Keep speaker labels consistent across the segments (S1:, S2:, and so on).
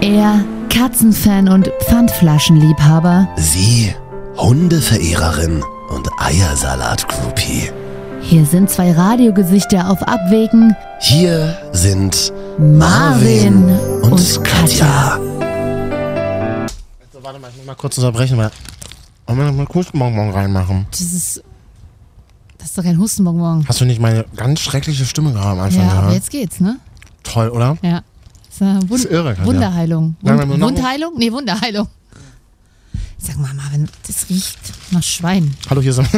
S1: Er, Katzenfan und Pfandflaschenliebhaber,
S2: Sie, Hundeverehrerin und Eiersalat-Groupie.
S1: hier sind zwei Radiogesichter auf Abwägen.
S2: Hier sind
S1: Marvin
S2: Marvin und,
S1: und Katja.
S2: Katja.
S3: So, warte mal, ich muss mal kurz unterbrechen, weil. Wollen wir noch mal Kuschelbonbon reinmachen?
S1: Das ist. Das ist doch kein Hustenbonbon.
S3: Hast du nicht meine ganz schreckliche Stimme gerade am Anfang
S1: Ja, aber
S3: gehört?
S1: jetzt geht's, ne?
S3: Toll, oder?
S1: Ja. Das ist, eine Wund
S3: ist irre, Katja.
S1: Wunderheilung.
S3: Nein,
S1: Wund
S3: nein, noch-
S1: Wundheilung? Nee, Wunderheilung. Sag mal, Marvin, das riecht nach Schwein.
S3: Hallo, hier sind.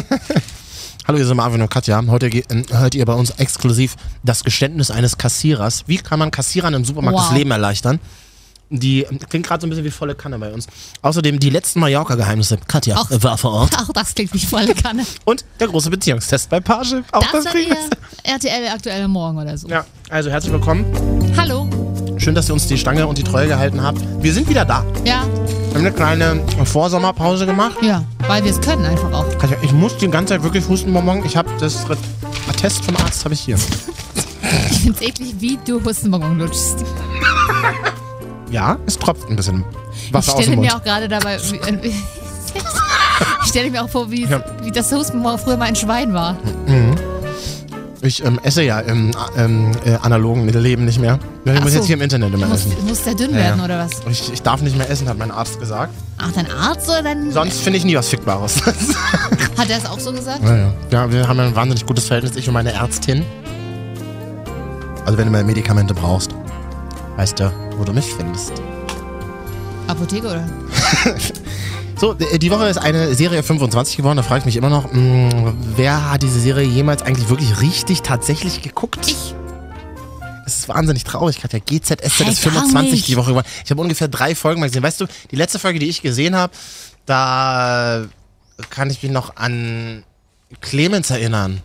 S3: Hallo, hier sind Marvin und Katja. Heute ge- äh, hört ihr bei uns exklusiv das Geständnis eines Kassierers. Wie kann man Kassierern im Supermarkt
S1: Wow.
S3: das Leben erleichtern? Die äh, klingt gerade so ein bisschen wie volle Kanne bei uns. Außerdem die letzten Mallorca-Geheimnisse. Katja
S1: Auch-
S3: äh, war vor Ort.
S1: Auch das klingt nicht volle Kanne.
S3: Und der große Beziehungstest bei Page. Auch
S1: Das dann
S3: kriegen wir-
S1: ihr RTL aktuell am Morgen oder so.
S3: Ja, also herzlich willkommen.
S1: Hallo?
S3: Schön, dass ihr uns die Stange und die Treue gehalten habt. Wir sind wieder da.
S1: Ja,
S3: Wir haben eine kleine Vorsommerpause gemacht.
S1: ja. Weil wir es können einfach auch.
S3: Katja, ich muss die ganze Zeit wirklich Hustenbonbon. Ich habe das Re- Attest vom Arzt habe ich hier.
S1: Ich find's eklig, wie du Hustenbonbon lutschst.
S3: Ja, es tropft ein bisschen
S1: Ich
S3: Wasser aus
S1: stelle
S3: dem
S1: mir
S3: Mund.
S1: auch gerade dabei. Wie, ich stelle mir auch vor, wie,
S3: Ja.
S1: wie das Hustenbonbon früher mal ein Schwein war.
S3: Ich ähm, esse ja im a- ähm, äh, analogen Leben nicht mehr. Ich
S1: Ach
S3: muss
S1: so.
S3: jetzt hier im Internet immer
S1: Muss,
S3: essen.
S1: muss der dünn
S3: Ja,
S1: werden
S3: ja.
S1: oder was?
S3: Ich, ich darf nicht mehr essen, hat mein Arzt gesagt.
S1: Ach, dein Arzt oder dein.
S3: Sonst finde ich nie was Fickbares.
S1: Hat er es auch so gesagt?
S3: naja. Ja, wir haben ja ein wahnsinnig gutes Verhältnis, ich und meine Ärztin. Also wenn du mal Medikamente brauchst, weißt du, wo du mich findest.
S1: Apotheke oder?
S3: So, d- die Woche ist eine Serie 25 geworden. Da frage ich mich immer noch, mh, wer hat diese Serie jemals eigentlich wirklich richtig tatsächlich geguckt? Ich. Halt Es ist wahnsinnig traurig, Katja. GZSZ
S1: Hey,
S3: ist 25 die
S1: traurig.
S3: Woche geworden. Ich habe ungefähr drei Folgen mal gesehen. Weißt du, die letzte Folge, die ich gesehen habe, da kann ich mich noch an Clemens erinnern.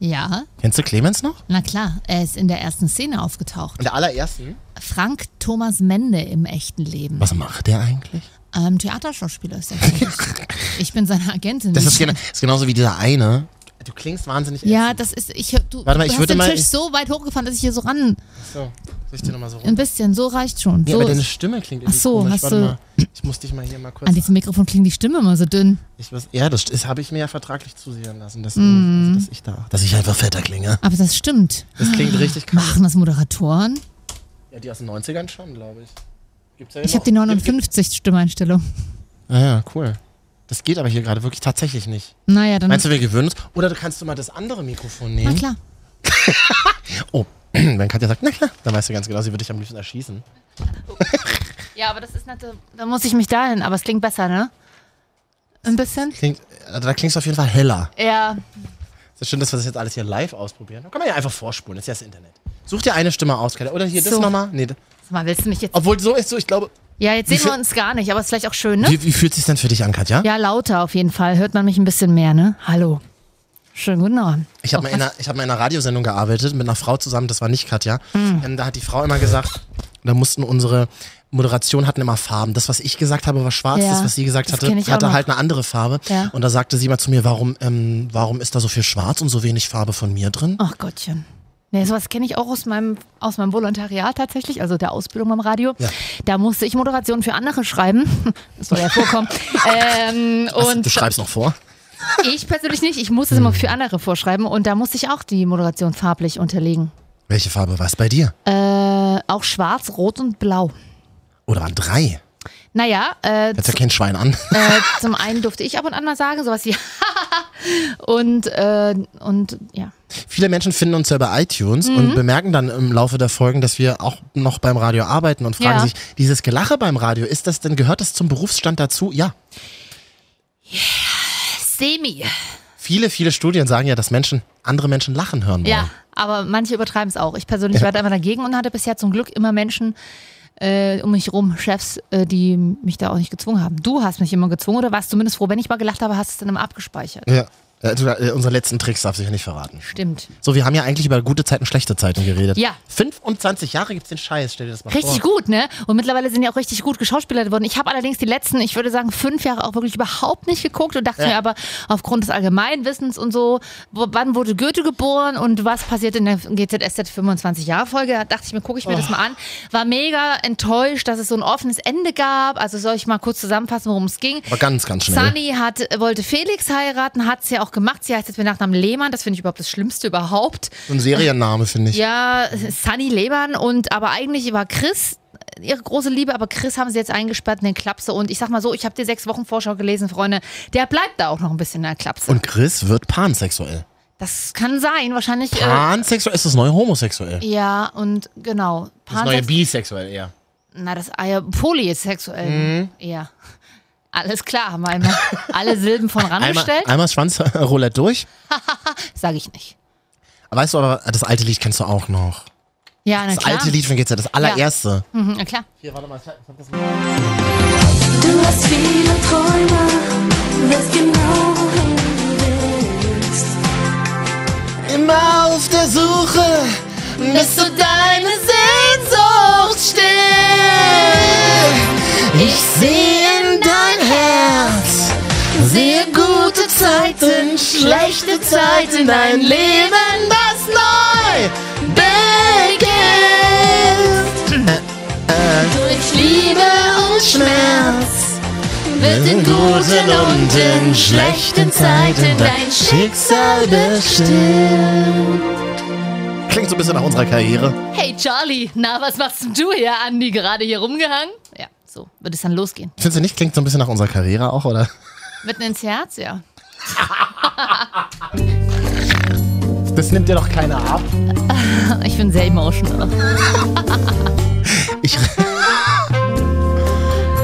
S1: Ja,
S3: Kennst du Clemens noch?
S1: na klar. Er ist in der ersten Szene aufgetaucht.
S3: In der allerersten.
S1: Frank Thomas Mende im echten Leben.
S3: Was macht der eigentlich?
S1: Ähm, Theaterschauspieler ist er. glaub ich. ich bin seine Agentin.
S3: Das ist, genau- gena ist genauso wie dieser eine. Du klingst wahnsinnig
S1: ja, das ist. Ich, hör- du
S3: Warte mal, ich
S1: du hast
S3: würde
S1: den
S3: mal-
S1: Tisch
S3: ich-
S1: so weit hochgefahren, dass ich hier so ran.
S3: ätzend. So, soll ich dir nochmal so rum?
S1: Ein bisschen, so reicht schon.
S3: Ja,
S1: so
S3: aber deine Stimme klingt irgendwie
S1: Ach so,
S3: komisch.
S1: hast
S3: Warte
S1: du-
S3: mal. Ich muss dich mal hier mal kurz.
S1: An diesem Mikrofon klingt die Stimme immer so dünn.
S3: Ich muss, ja, das, das habe ich mir ja vertraglich zusehen lassen,
S1: Mhm.
S3: deswegen, also, dass ich da. Dass ich einfach fetter klinge.
S1: Aber das stimmt.
S3: Das klingt richtig krass.
S1: Machen das Moderatoren?
S3: Ja, die aus den 90ern schon, glaube ich. Gibt's ja
S1: Ich habe die 59 Stimmeinstellung.
S3: Ah ja, cool. Das geht aber hier gerade wirklich tatsächlich nicht.
S1: Naja, dann.
S3: Meinst du, wir gewöhnen uns? Oder du kannst du mal das andere Mikrofon
S1: na
S3: nehmen?
S1: klar.
S3: Oh, wenn Katja sagt, na klar, dann weißt du ganz genau, sie würde dich am liebsten erschießen.
S1: Ja, aber das ist nicht. Dann muss ich mich dahin, aber es klingt besser, ne? Ein bisschen?
S3: Klingt, also da klingst du auf jeden Fall heller.
S1: Ja.
S3: Das ist schön, dass wir das jetzt alles hier live ausprobieren. Da kann man ja einfach vorspulen, das ist ja das Internet. Such dir eine Stimme aus, Katja. Oder hier, das
S1: So.
S3: nochmal. Nee, das-
S1: Mal, willst du mich jetzt.
S3: Obwohl, so ist so, ich glaube.
S1: Ja, jetzt
S3: Wie
S1: sehen wir
S3: viel-
S1: uns gar nicht, aber es ist vielleicht auch schön, ne?
S3: Wie, wie fühlt sich denn für dich an, Katja?
S1: Ja, lauter auf jeden Fall. Hört man mich ein bisschen mehr, ne? Hallo. Schönen guten Abend.
S3: Ich habe mal, in einer- ich hab mal in einer Radiosendung gearbeitet mit einer Frau zusammen, das war nicht Katja.
S1: Mhm.
S3: Ähm, da hat die Frau immer gesagt, da mussten unsere Moderation hatten immer Farben. Das, was ich gesagt habe, war schwarz.
S1: Ja,
S3: das, was sie gesagt
S1: das
S3: hatte,
S1: kenn ich auch
S3: hatte
S1: noch.
S3: halt eine andere Farbe.
S1: Ja.
S3: Und da sagte sie mal zu mir, warum, ähm, warum ist da so viel Schwarz und so wenig Farbe von mir drin?
S1: Ach Gottchen. Nee, sowas kenne ich auch aus meinem, aus meinem Volontariat tatsächlich, also der Ausbildung beim Radio.
S3: Ja.
S1: Da musste ich Moderation für andere schreiben. Das soll ja vorkommen. ähm,
S3: Was,
S1: und
S3: du Hm. schreibst noch vor.
S1: ich persönlich nicht. Ich musste es immer für andere vorschreiben. Und da musste ich auch die Moderation farblich unterlegen.
S3: Welche Farbe war es bei dir?
S1: Äh, auch schwarz, rot und blau.
S3: Oder waren drei?
S1: Naja, äh,
S3: Jetzt ja kein Schwein an.
S1: äh, zum einen durfte ich ab und an mal sagen, sowas wie und, äh, und ja.
S3: Viele Menschen finden uns ja bei iTunes
S1: Mhm.
S3: und bemerken dann im Laufe der Folgen, dass wir auch noch beim Radio arbeiten und fragen
S1: Ja.
S3: sich, dieses Gelache beim Radio, ist das denn, gehört das zum Berufsstand dazu? Ja.
S1: Semi.
S3: Viele, viele Studien sagen ja, dass Menschen andere Menschen lachen hören wollen.
S1: Ja, aber manche übertreiben es auch. Ich persönlich war da immer dagegen und hatte bisher zum Glück immer Menschen äh, um mich rum, Chefs, äh, die mich da auch nicht gezwungen haben. Du hast mich immer gezwungen oder warst zumindest froh, wenn ich mal gelacht habe, hast es dann immer abgespeichert.
S3: Ja. Äh, du, äh, unsere letzten Tricks darf ich ja nicht verraten.
S1: Stimmt.
S3: So, wir haben ja eigentlich über gute Zeiten, schlechte Zeiten geredet.
S1: Ja.
S3: 25 Jahre gibt's den Scheiß, stell dir das mal vor.
S1: Richtig gut, ne? Und mittlerweile sind ja auch richtig gut geschauspielert worden. Ich habe allerdings die letzten, ich würde sagen, fünf Jahre auch wirklich überhaupt nicht geguckt und dachte
S3: Ja.
S1: mir aber aufgrund des Allgemeinwissens und so, wo, wann wurde Goethe geboren und was passiert in der GZSZ 25-Jahre-Folge, da dachte ich mir, gucke ich mir das mal an. War mega enttäuscht, dass es so ein offenes Ende gab. Also soll ich mal kurz zusammenfassen, worum es ging.
S3: Aber ganz, ganz schnell.
S1: Sunny hat, wollte Felix heiraten, hat's ja auch gemacht. Sie heißt jetzt mit Nachnamen Lehmann. Das finde ich überhaupt das Schlimmste überhaupt.
S3: So ein Serienname, finde ich.
S1: Ja, Sunny Lebern und aber eigentlich war Chris ihre große Liebe, aber Chris haben sie jetzt eingesperrt in den Klapse und ich sag mal so, ich habe dir sechs Wochen Vorschau gelesen, Freunde, der bleibt da auch noch ein bisschen in der Klapse.
S3: Und Chris wird pansexuell.
S1: das kann sein, wahrscheinlich. Äh,
S3: Pansexuell ist das neue homosexuell.
S1: ja, und genau.
S3: Das neue
S1: Pansex-
S3: bisexuell eher.
S1: Na, das ah, ja, Poli ist sexuell.
S3: Mhm.
S1: Ja. Alles klar, haben wir einmal alle Silben von ran
S3: Einmal,
S1: gestellt.
S3: einmal Schwanzroulette durch.
S1: Sag ich nicht.
S3: Weißt du aber, das alte Lied kennst du auch noch.
S1: Ja, na
S3: Das
S1: klar.
S3: alte Lied von GZ, das allererste.
S1: Mhm, na klar.
S3: Hier, warte mal, ich hab das
S4: Du hast viele Träume, weißt genau, wohin du willst.
S3: Immer auf der Suche, bis du deine Sehnsucht still. Ich sehe in dein Herz, sehe gute Zeiten, schlechte Zeiten, dein Leben, das neu beginnt.
S1: Durch Liebe und
S3: Schmerz
S1: wird
S3: in guten und in schlechten Zeiten dein Schicksal bestimmt. Klingt so ein bisschen nach unserer Karriere.
S1: Hey Charlie, na, was machst denn du hier, Andi? Gerade hier rumgehangen? Ja, so wird es dann losgehen.
S3: Findest du nicht, klingt so ein bisschen nach unserer Karriere auch, oder?
S1: Mitten ins Herz, ja.
S3: Das nimmt dir doch keiner ab.
S1: Ich bin sehr emotional.
S3: Ich.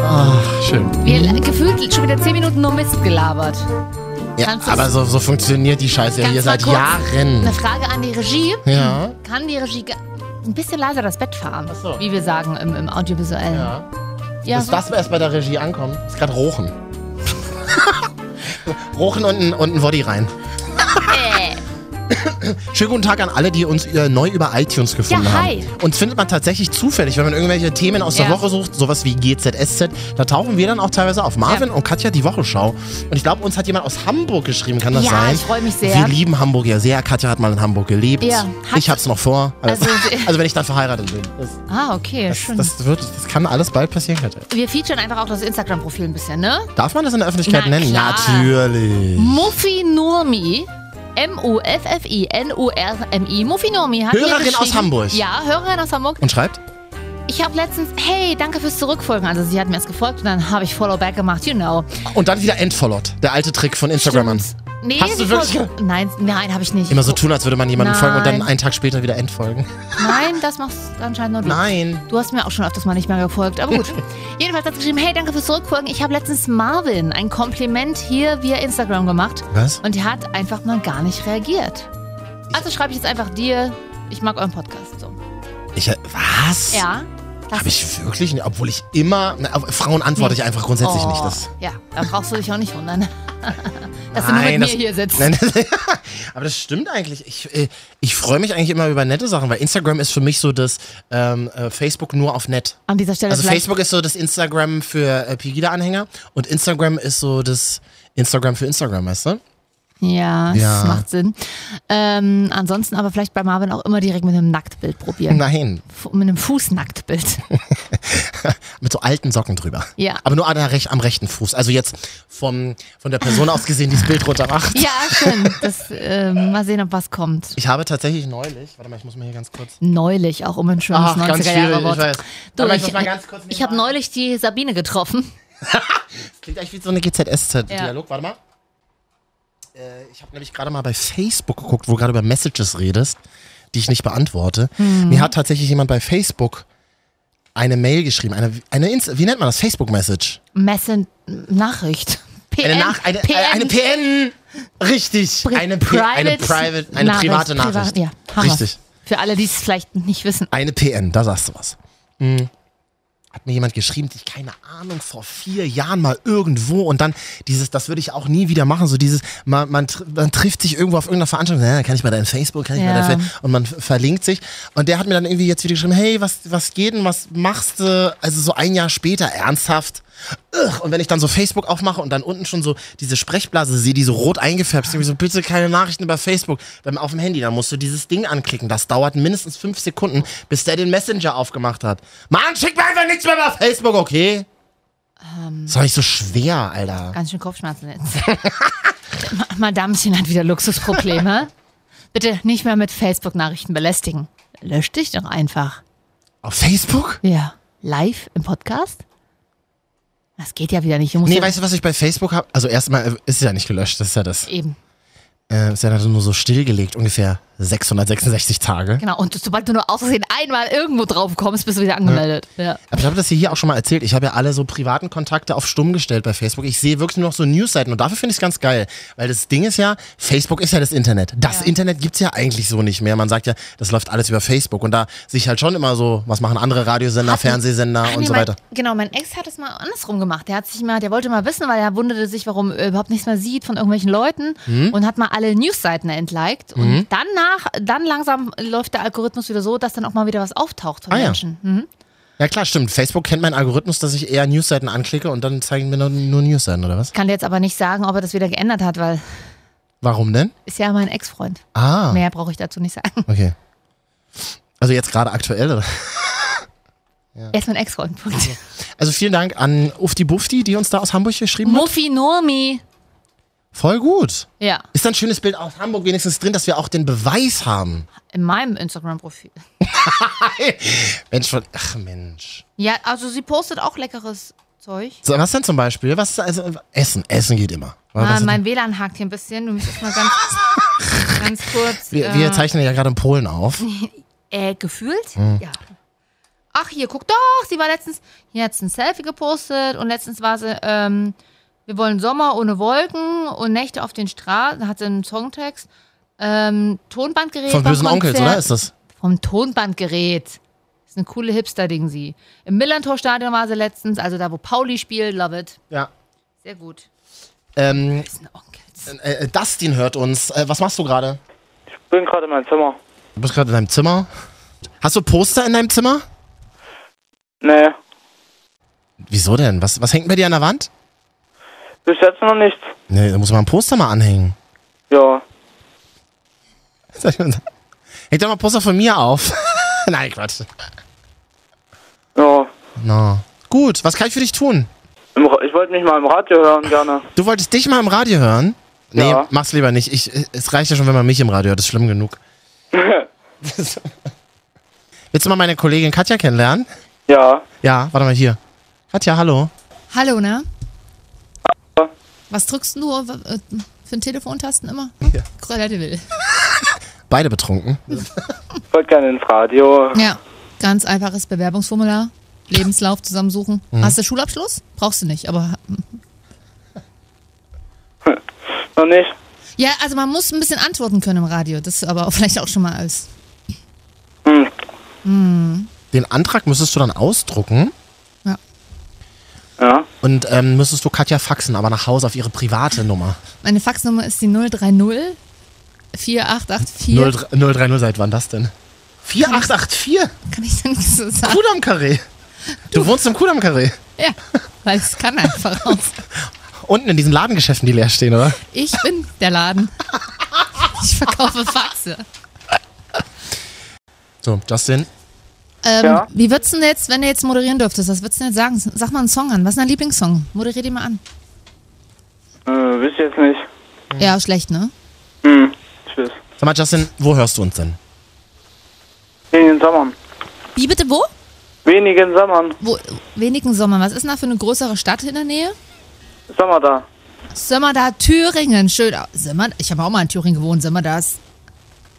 S3: Ach, schön.
S1: Wir haben gefühlt schon wieder 10 Minuten nur Mist gelabert.
S3: Ja,
S1: Kannst du's-
S3: aber so, so funktioniert die Scheiße ja
S1: Ganz
S3: hier
S1: mal
S3: seit
S1: kurz
S3: Jahren.
S1: Eine Frage an die Regie.
S3: Ja.
S1: Kann die Regie ge- ein bisschen leiser das Bett fahren?
S3: so.
S1: Wie wir sagen im, im Audiovisuellen.
S3: Ja.
S1: Ja,
S3: Bis das erst bei der Regie ankommt, ist gerade Rochen. Rochen und ein, und ein Body rein.
S1: Äh.
S3: Schönen guten Tag an alle, die uns äh, neu über iTunes gefunden
S1: Ja,
S3: haben.
S1: hi.
S3: Uns findet man tatsächlich zufällig, wenn man irgendwelche Themen aus der
S1: Ja.
S3: Woche sucht, sowas wie GZSZ, da tauchen wir dann auch teilweise auf. Marvin
S1: Ja.
S3: und Katja die Wochenschau. Und ich glaube, uns hat jemand aus Hamburg geschrieben, kann das
S1: Ja,
S3: sein?
S1: ich freu mich sehr.
S3: Wir lieben Hamburg ja sehr. Katja hat mal in Hamburg gelebt.
S1: Ja. Hat-
S3: ich hab's noch vor. Also,
S1: Also-
S3: also wenn ich dann verheiratet bin. Das,
S1: ah, okay,
S3: das,
S1: schön.
S3: das, wird, das kann alles bald passieren, Katja.
S1: wir featuren einfach auch das Instagram-Profil ein bisschen, ne?
S3: Darf man das in der Öffentlichkeit
S1: Na
S3: nennen?
S1: klar.
S3: Natürlich.
S1: Muffi Nurmi. M-U-F-F-I-N-U-R-M-I. Muffi Nurmi hat
S3: Hörerin
S1: mir geschrieben-
S3: aus Hamburg.
S1: Ja, Hörerin aus Hamburg.
S3: Und schreibt?
S1: Ich habe letztens, hey, danke fürs Zurückfolgen. Also sie hat mir erst gefolgt und dann habe ich Followback gemacht, you know.
S3: Und dann wieder Entfollowed, der alte Trick von Instagrammern.
S1: Stimmt's? Nee,
S3: Hast du
S1: die
S3: wirklich
S1: Folge- Nein, nein, habe ich nicht.
S3: Immer so tun, als würde man jemandem folgen und dann
S1: Nein.
S3: einen Tag später wieder entfolgen.
S1: Nein, das machst anscheinend nur du.
S3: Nein.
S1: Du hast mir auch schon öfters mal nicht mehr gefolgt, aber gut. Jedenfalls hat sie geschrieben, hey, danke fürs Zurückfolgen. Ich habe letztens Marvin ein Kompliment hier via Instagram gemacht.
S3: Was?
S1: Und er hat einfach mal gar nicht reagiert. Also schreibe ich jetzt einfach dir, ich mag euren Podcast. So.
S3: Ich, äh, was?
S1: Ja. Das
S3: Hab ich wirklich nicht, obwohl ich immer, na, auf Frauen antworte ich einfach grundsätzlich
S1: oh,
S3: nicht. Das,
S1: Ja, da brauchst du dich auch nicht wundern. Dass du nur mit
S3: Nein,
S1: mir
S3: das-
S1: hier sitzt.
S3: nein, das, aber das stimmt eigentlich. Ich, äh, ich freue mich eigentlich immer über nette Sachen, weil Instagram ist für mich so das ähm, äh, Facebook nur auf nett.
S1: An dieser Stelle
S3: Also
S1: vielleicht.
S3: Facebook ist so das Instagram für äh, Pegida-Anhänger und Instagram ist so das Instagram für Instagram, weißt du?
S1: Ja,
S3: Ja.
S1: das macht Sinn. Ähm, ansonsten aber vielleicht bei Marvin auch immer direkt mit einem Nacktbild probieren.
S3: Nein,
S1: Fu- Mit einem Fußnacktbild.
S3: mit so alten Socken drüber.
S1: Ja.
S3: Aber nur an der, rech- am rechten Fuß. Also jetzt vom, von der Person aus gesehen, die das Bild runter macht.
S1: ja, stimmt. Das, ähm, mal sehen, ob was kommt.
S3: Ich habe tatsächlich neulich, warte mal, ich muss mal hier ganz kurz.
S1: Neulich auch um ein schönes
S3: Ach, ganz schwierig,
S1: 90er-Jahre-Wort.
S3: ich weiß.
S1: Du,
S3: Aber
S1: ich,
S3: ich muss mal ganz kurz
S1: ich habe
S3: nebenbei-
S1: neulich die Sabine getroffen.
S3: Klingt eigentlich wie so eine GZSZ-Dialog, warte mal. Äh, Ich habe nämlich gerade mal bei Facebook geguckt, wo du gerade über Messages redest, die ich nicht beantworte.
S1: Hm.
S3: Mir hat tatsächlich jemand bei Facebook eine Mail geschrieben, eine, eine Inst wie nennt man das? Facebook-Message.
S1: Messen-Nachricht. PN.
S3: Eine, Nach eine,
S1: PN.
S3: eine PN. Richtig.
S1: Pri-
S3: eine, P eine, private, eine private Nachricht.
S1: Privat, ja, Hammer.
S3: Richtig.
S1: Für alle, die es vielleicht nicht wissen.
S3: Eine PN, da sagst du was. Hm. hat mir jemand geschrieben, die ich keine Ahnung, vor vier Jahren mal irgendwo und dann dieses, das würde ich auch nie wieder machen, so dieses, man, man, tr- man trifft sich irgendwo auf irgendeiner Veranstaltung, na, kann ich mal dein Facebook, kann ich mal
S1: Ja.
S3: dein Fa- und man f- verlinkt sich und der hat mir dann irgendwie jetzt wieder geschrieben, hey, was, was geht denn, was machst du, also so ein Jahr später, ernsthaft. Ugh. Und wenn ich dann so Facebook aufmache und dann unten schon so diese Sprechblase sehe, die so rot eingefärbt ist, irgendwie so, bitte keine Nachrichten über Facebook beim, auf dem Handy, dann musst du dieses Ding anklicken. Das dauert mindestens fünf Sekunden, bis der den Messenger aufgemacht hat. Mann, schick mir einfach nichts mehr über Facebook, okay? ist doch nicht so schwer, Alter.
S1: Ganz schön Kopfschmerzen jetzt. Ma- Madamchen hat wieder Luxusprobleme. Bitte nicht mehr mit Facebook-Nachrichten belästigen. Lösch dich doch einfach.
S3: Auf Facebook?
S1: Ja. Live im Podcast? Das geht ja wieder nicht. Du musst
S3: Nee,
S1: ja
S3: weißt du, was ich bei Facebook habe? Also erstmal äh, ist es ja nicht gelöscht, das ist ja das.
S1: eben.
S3: Äh, ist ja dann nur so stillgelegt, ungefähr 666 Tage.
S1: Genau. Und sobald du nur aus Versehen einmal irgendwo drauf kommst, bist du wieder angemeldet. Ja.
S3: Aber ich habe das hier- hier auch schon mal erzählt. Ich habe ja alle so privaten Kontakte auf stumm gestellt bei Facebook. Ich sehe wirklich nur noch so Newsseiten und dafür finde ich es ganz geil. Weil das Ding ist ja, Facebook ist ja das Internet. Das Internet gibt's ja eigentlich so nicht mehr. Man sagt ja, das läuft alles über Facebook. Und da sehe ich halt schon immer so, was machen andere Radiosender, Fernsehsender
S1: Ach
S3: Ah, und
S1: nee,
S3: so
S1: mein,
S3: weiter.
S1: Genau, mein Ex hat es mal andersrum gemacht. Der hat sich mal, der wollte mal wissen, weil er wunderte sich, warum er überhaupt nichts mehr sieht von irgendwelchen Leuten
S3: Mhm.
S1: und hat mal alle Newsseiten entliked. Und danach, dann langsam läuft der Algorithmus wieder so, dass dann auch mal wieder was auftaucht von
S3: Ah ja.
S1: Menschen. Mhm.
S3: Ja klar, stimmt. Facebook kennt meinen Algorithmus, dass ich eher Newsseiten anklicke und dann zeigen mir nur, nur Newsseiten, oder was?
S1: Kann dir jetzt aber nicht sagen, ob er das wieder geändert hat, weil
S3: Warum denn?
S1: ist ja mein Ex-Freund.
S3: Ah,
S1: Mehr brauche ich dazu nicht sagen.
S3: okay. Also jetzt gerade aktuell, oder?
S1: Er ist mein Ex-Freund. Punkt.
S3: Also vielen Dank an Ufti Bufti, die uns da aus Hamburg geschrieben hat.
S1: Muffi Nurmi.
S3: Voll gut.
S1: Ja,
S3: Ist dann ein schönes Bild aus Hamburg wenigstens drin, dass wir auch den Beweis haben.
S1: in meinem Instagram-Profil.
S3: Mensch, von, ach Mensch.
S1: Ja, also sie postet auch leckeres Zeug.
S3: So, was denn zum Beispiel? Was ist also, Essen? Essen geht immer.
S1: Ah,
S3: Was,
S1: mein WLAN hakt hier ein bisschen. Du müsstest mal ganz, ganz kurz.
S3: wir, wir zeichnen ja gerade in Polen auf.
S1: äh, äh, gefühlt?
S3: Hm.
S1: Ja. Ach, hier, guck doch. Sie war letztens. Hier hat sie ein Selfie gepostet und letztens war sie. Ähm, wir wollen Sommer ohne Wolken und Nächte auf den Straßen. Da Hat sie einen Songtext. Ähm, Tonbandgerät.
S3: Von
S1: beim
S3: bösen Onkels,
S1: Konzert.
S3: oder? Ist das?
S1: Vom Tonbandgerät. Ist eine coole Hipster-Ding, sie. Im Millantor-Stadion war sie letztens, also da, wo Pauli spielt. Love it.
S3: Ja.
S1: Sehr gut.
S3: Ähm,
S1: Das sind Onkels.
S3: äh, äh, Dustin hört uns. Äh, was machst du gerade?
S5: bin gerade in meinem Zimmer.
S3: Du bist gerade in deinem Zimmer. Hast du Poster in deinem Zimmer?
S5: Nee,
S3: Wieso denn? Was, was hängt bei dir an der Wand?
S5: bis jetzt noch nichts.
S3: Nee, da muss man ein Poster mal anhängen.
S5: Ja,
S3: Hängt doch mal ein Poster von mir auf. Nein, Quatsch.
S5: ja.
S3: Na. Gut, was kann ich für dich tun?
S5: Im, Ra- ich wollte mich mal im Radio hören gerne.
S3: Du wolltest dich mal im Radio hören? Nee,
S5: Ja.
S3: mach's lieber nicht. Ich, äh, es reicht ja schon, wenn man mich im Radio hört. Das ist schlimm genug. Willst du mal meine Kollegin Katja kennenlernen?
S5: ja,
S3: Ja, warte mal hier. Katja, hallo.
S6: Hallo, na?
S5: Hallo.
S6: Was drückst denn du äh, für den Telefontasten immer?
S3: Ja.
S6: Kräuter will.
S3: Beide betrunken.
S5: ich wollte gerne ins Radio.
S6: Ja, ganz einfaches Bewerbungsformular. Lebenslauf zusammensuchen. Hast du Schulabschluss? Brauchst du nicht, aber
S5: Noch nicht?
S6: ja, also man muss ein bisschen antworten können im Radio. Das aber auch vielleicht auch schon mal als
S5: Hm.
S3: Den Antrag müsstest du dann ausdrucken
S5: Ja,
S3: und ähm, müsstest du Katja faxen, aber nach Hause auf ihre private Nummer.
S6: meine Faxnummer ist die 030 4884.
S3: 030 030, seit wann das denn? 4884?
S6: Kann ich da nichts so sagen?
S3: Kudamm Karree. Du wohnst im Kudamm Karree.
S6: Ja, weil es kann einfach aus.
S3: Unten in diesen Ladengeschäften, die leer stehen, oder?
S6: Ich bin der Laden. Ich verkaufe Faxe.
S3: So, Justin.
S6: Ähm,
S5: Ja?
S6: Wie würdest du denn jetzt, wenn du jetzt moderieren dürftest, was würdest du denn jetzt sagen? Sag mal einen Song an. Was ist dein Lieblingssong? Moderier den mal an.
S5: äh, wisst ihr jetzt nicht.
S6: Ja, schlecht, ne?
S5: Hm, tschüss.
S3: Sag mal, Justin, wo hörst du uns denn?
S5: Wenigen Sommern.
S6: Wie bitte wo?
S5: Wenigen Sommern.
S6: Wo? Wenigen Sommer. Was ist denn da für eine größere Stadt in der Nähe?
S5: Sommer da.
S6: Sommer da, Thüringen. Schön. au- Sommer, ich habe auch mal in Thüringen gewohnt. Sommer da ist.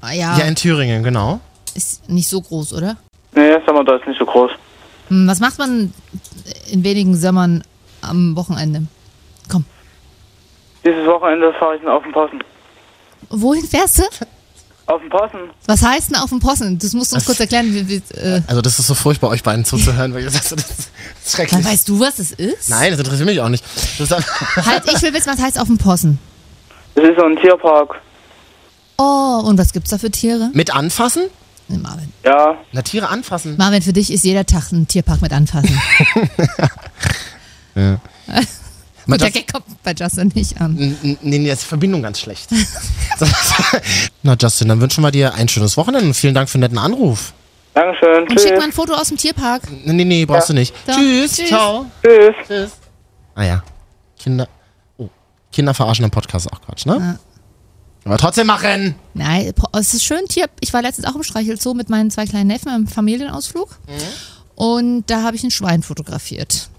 S6: Ah, ja,
S3: Ja, in Thüringen, genau.
S6: ist nicht so groß, oder?
S5: Nee, Sommer da ist nicht so groß.
S6: Hm, was macht man in wenigen Sommern am Wochenende? Komm.
S5: Dieses Wochenende fahre ich auf den Possen.
S6: Wohin fährst du?
S5: Auf den Possen?
S6: Was heißt denn auf dem Possen? Das musst du uns kurz erklären. Wie, wie, äh,
S3: Also das ist so furchtbar, euch beiden zuzuhören, weil das, das, ist schrecklich.
S6: Dann weißt du, was es ist?
S3: Nein, das interessiert mich auch nicht. Das ist einfach-
S6: Halt, ich will wissen, was heißt auf dem Possen.
S5: Es ist so ein Tierpark.
S6: Oh, und was gibt's da für Tiere?
S3: mit anfassen?
S6: Nee, Marvin.
S5: Ja,
S3: Na, Tiere anfassen.
S6: Marvin, für dich ist jeder Tag ein Tierpark mit anfassen.
S3: Man
S6: Und der
S3: darf,
S6: Gag kommt bei Justin nicht an.
S3: N- n- nee, nee, das ist die Verbindung ganz schlecht. Na, Justin, dann wünschen wir dir ein schönes Wochenende und vielen Dank für den netten Anruf.
S5: Dankeschön.
S6: Und schick
S5: Tschüss.
S6: mal ein Foto aus dem Tierpark.
S3: Nee, nee, nee brauchst du nicht.
S6: Doch.
S3: Tschüss,
S6: Tschüss.
S3: ciao.
S5: Tschüss.
S3: Ah ja. Kinder. Oh. Kinder verarschen im Podcast ist auch Quatsch, ne? Aber trotzdem machen!
S6: Nein, po- es ist schön Tier. Ich war letztens auch im Streichelzoo mit meinen zwei kleinen Neffen im Familienausflug.
S3: Mhm.
S6: Und da habe ich ein Schwein fotografiert.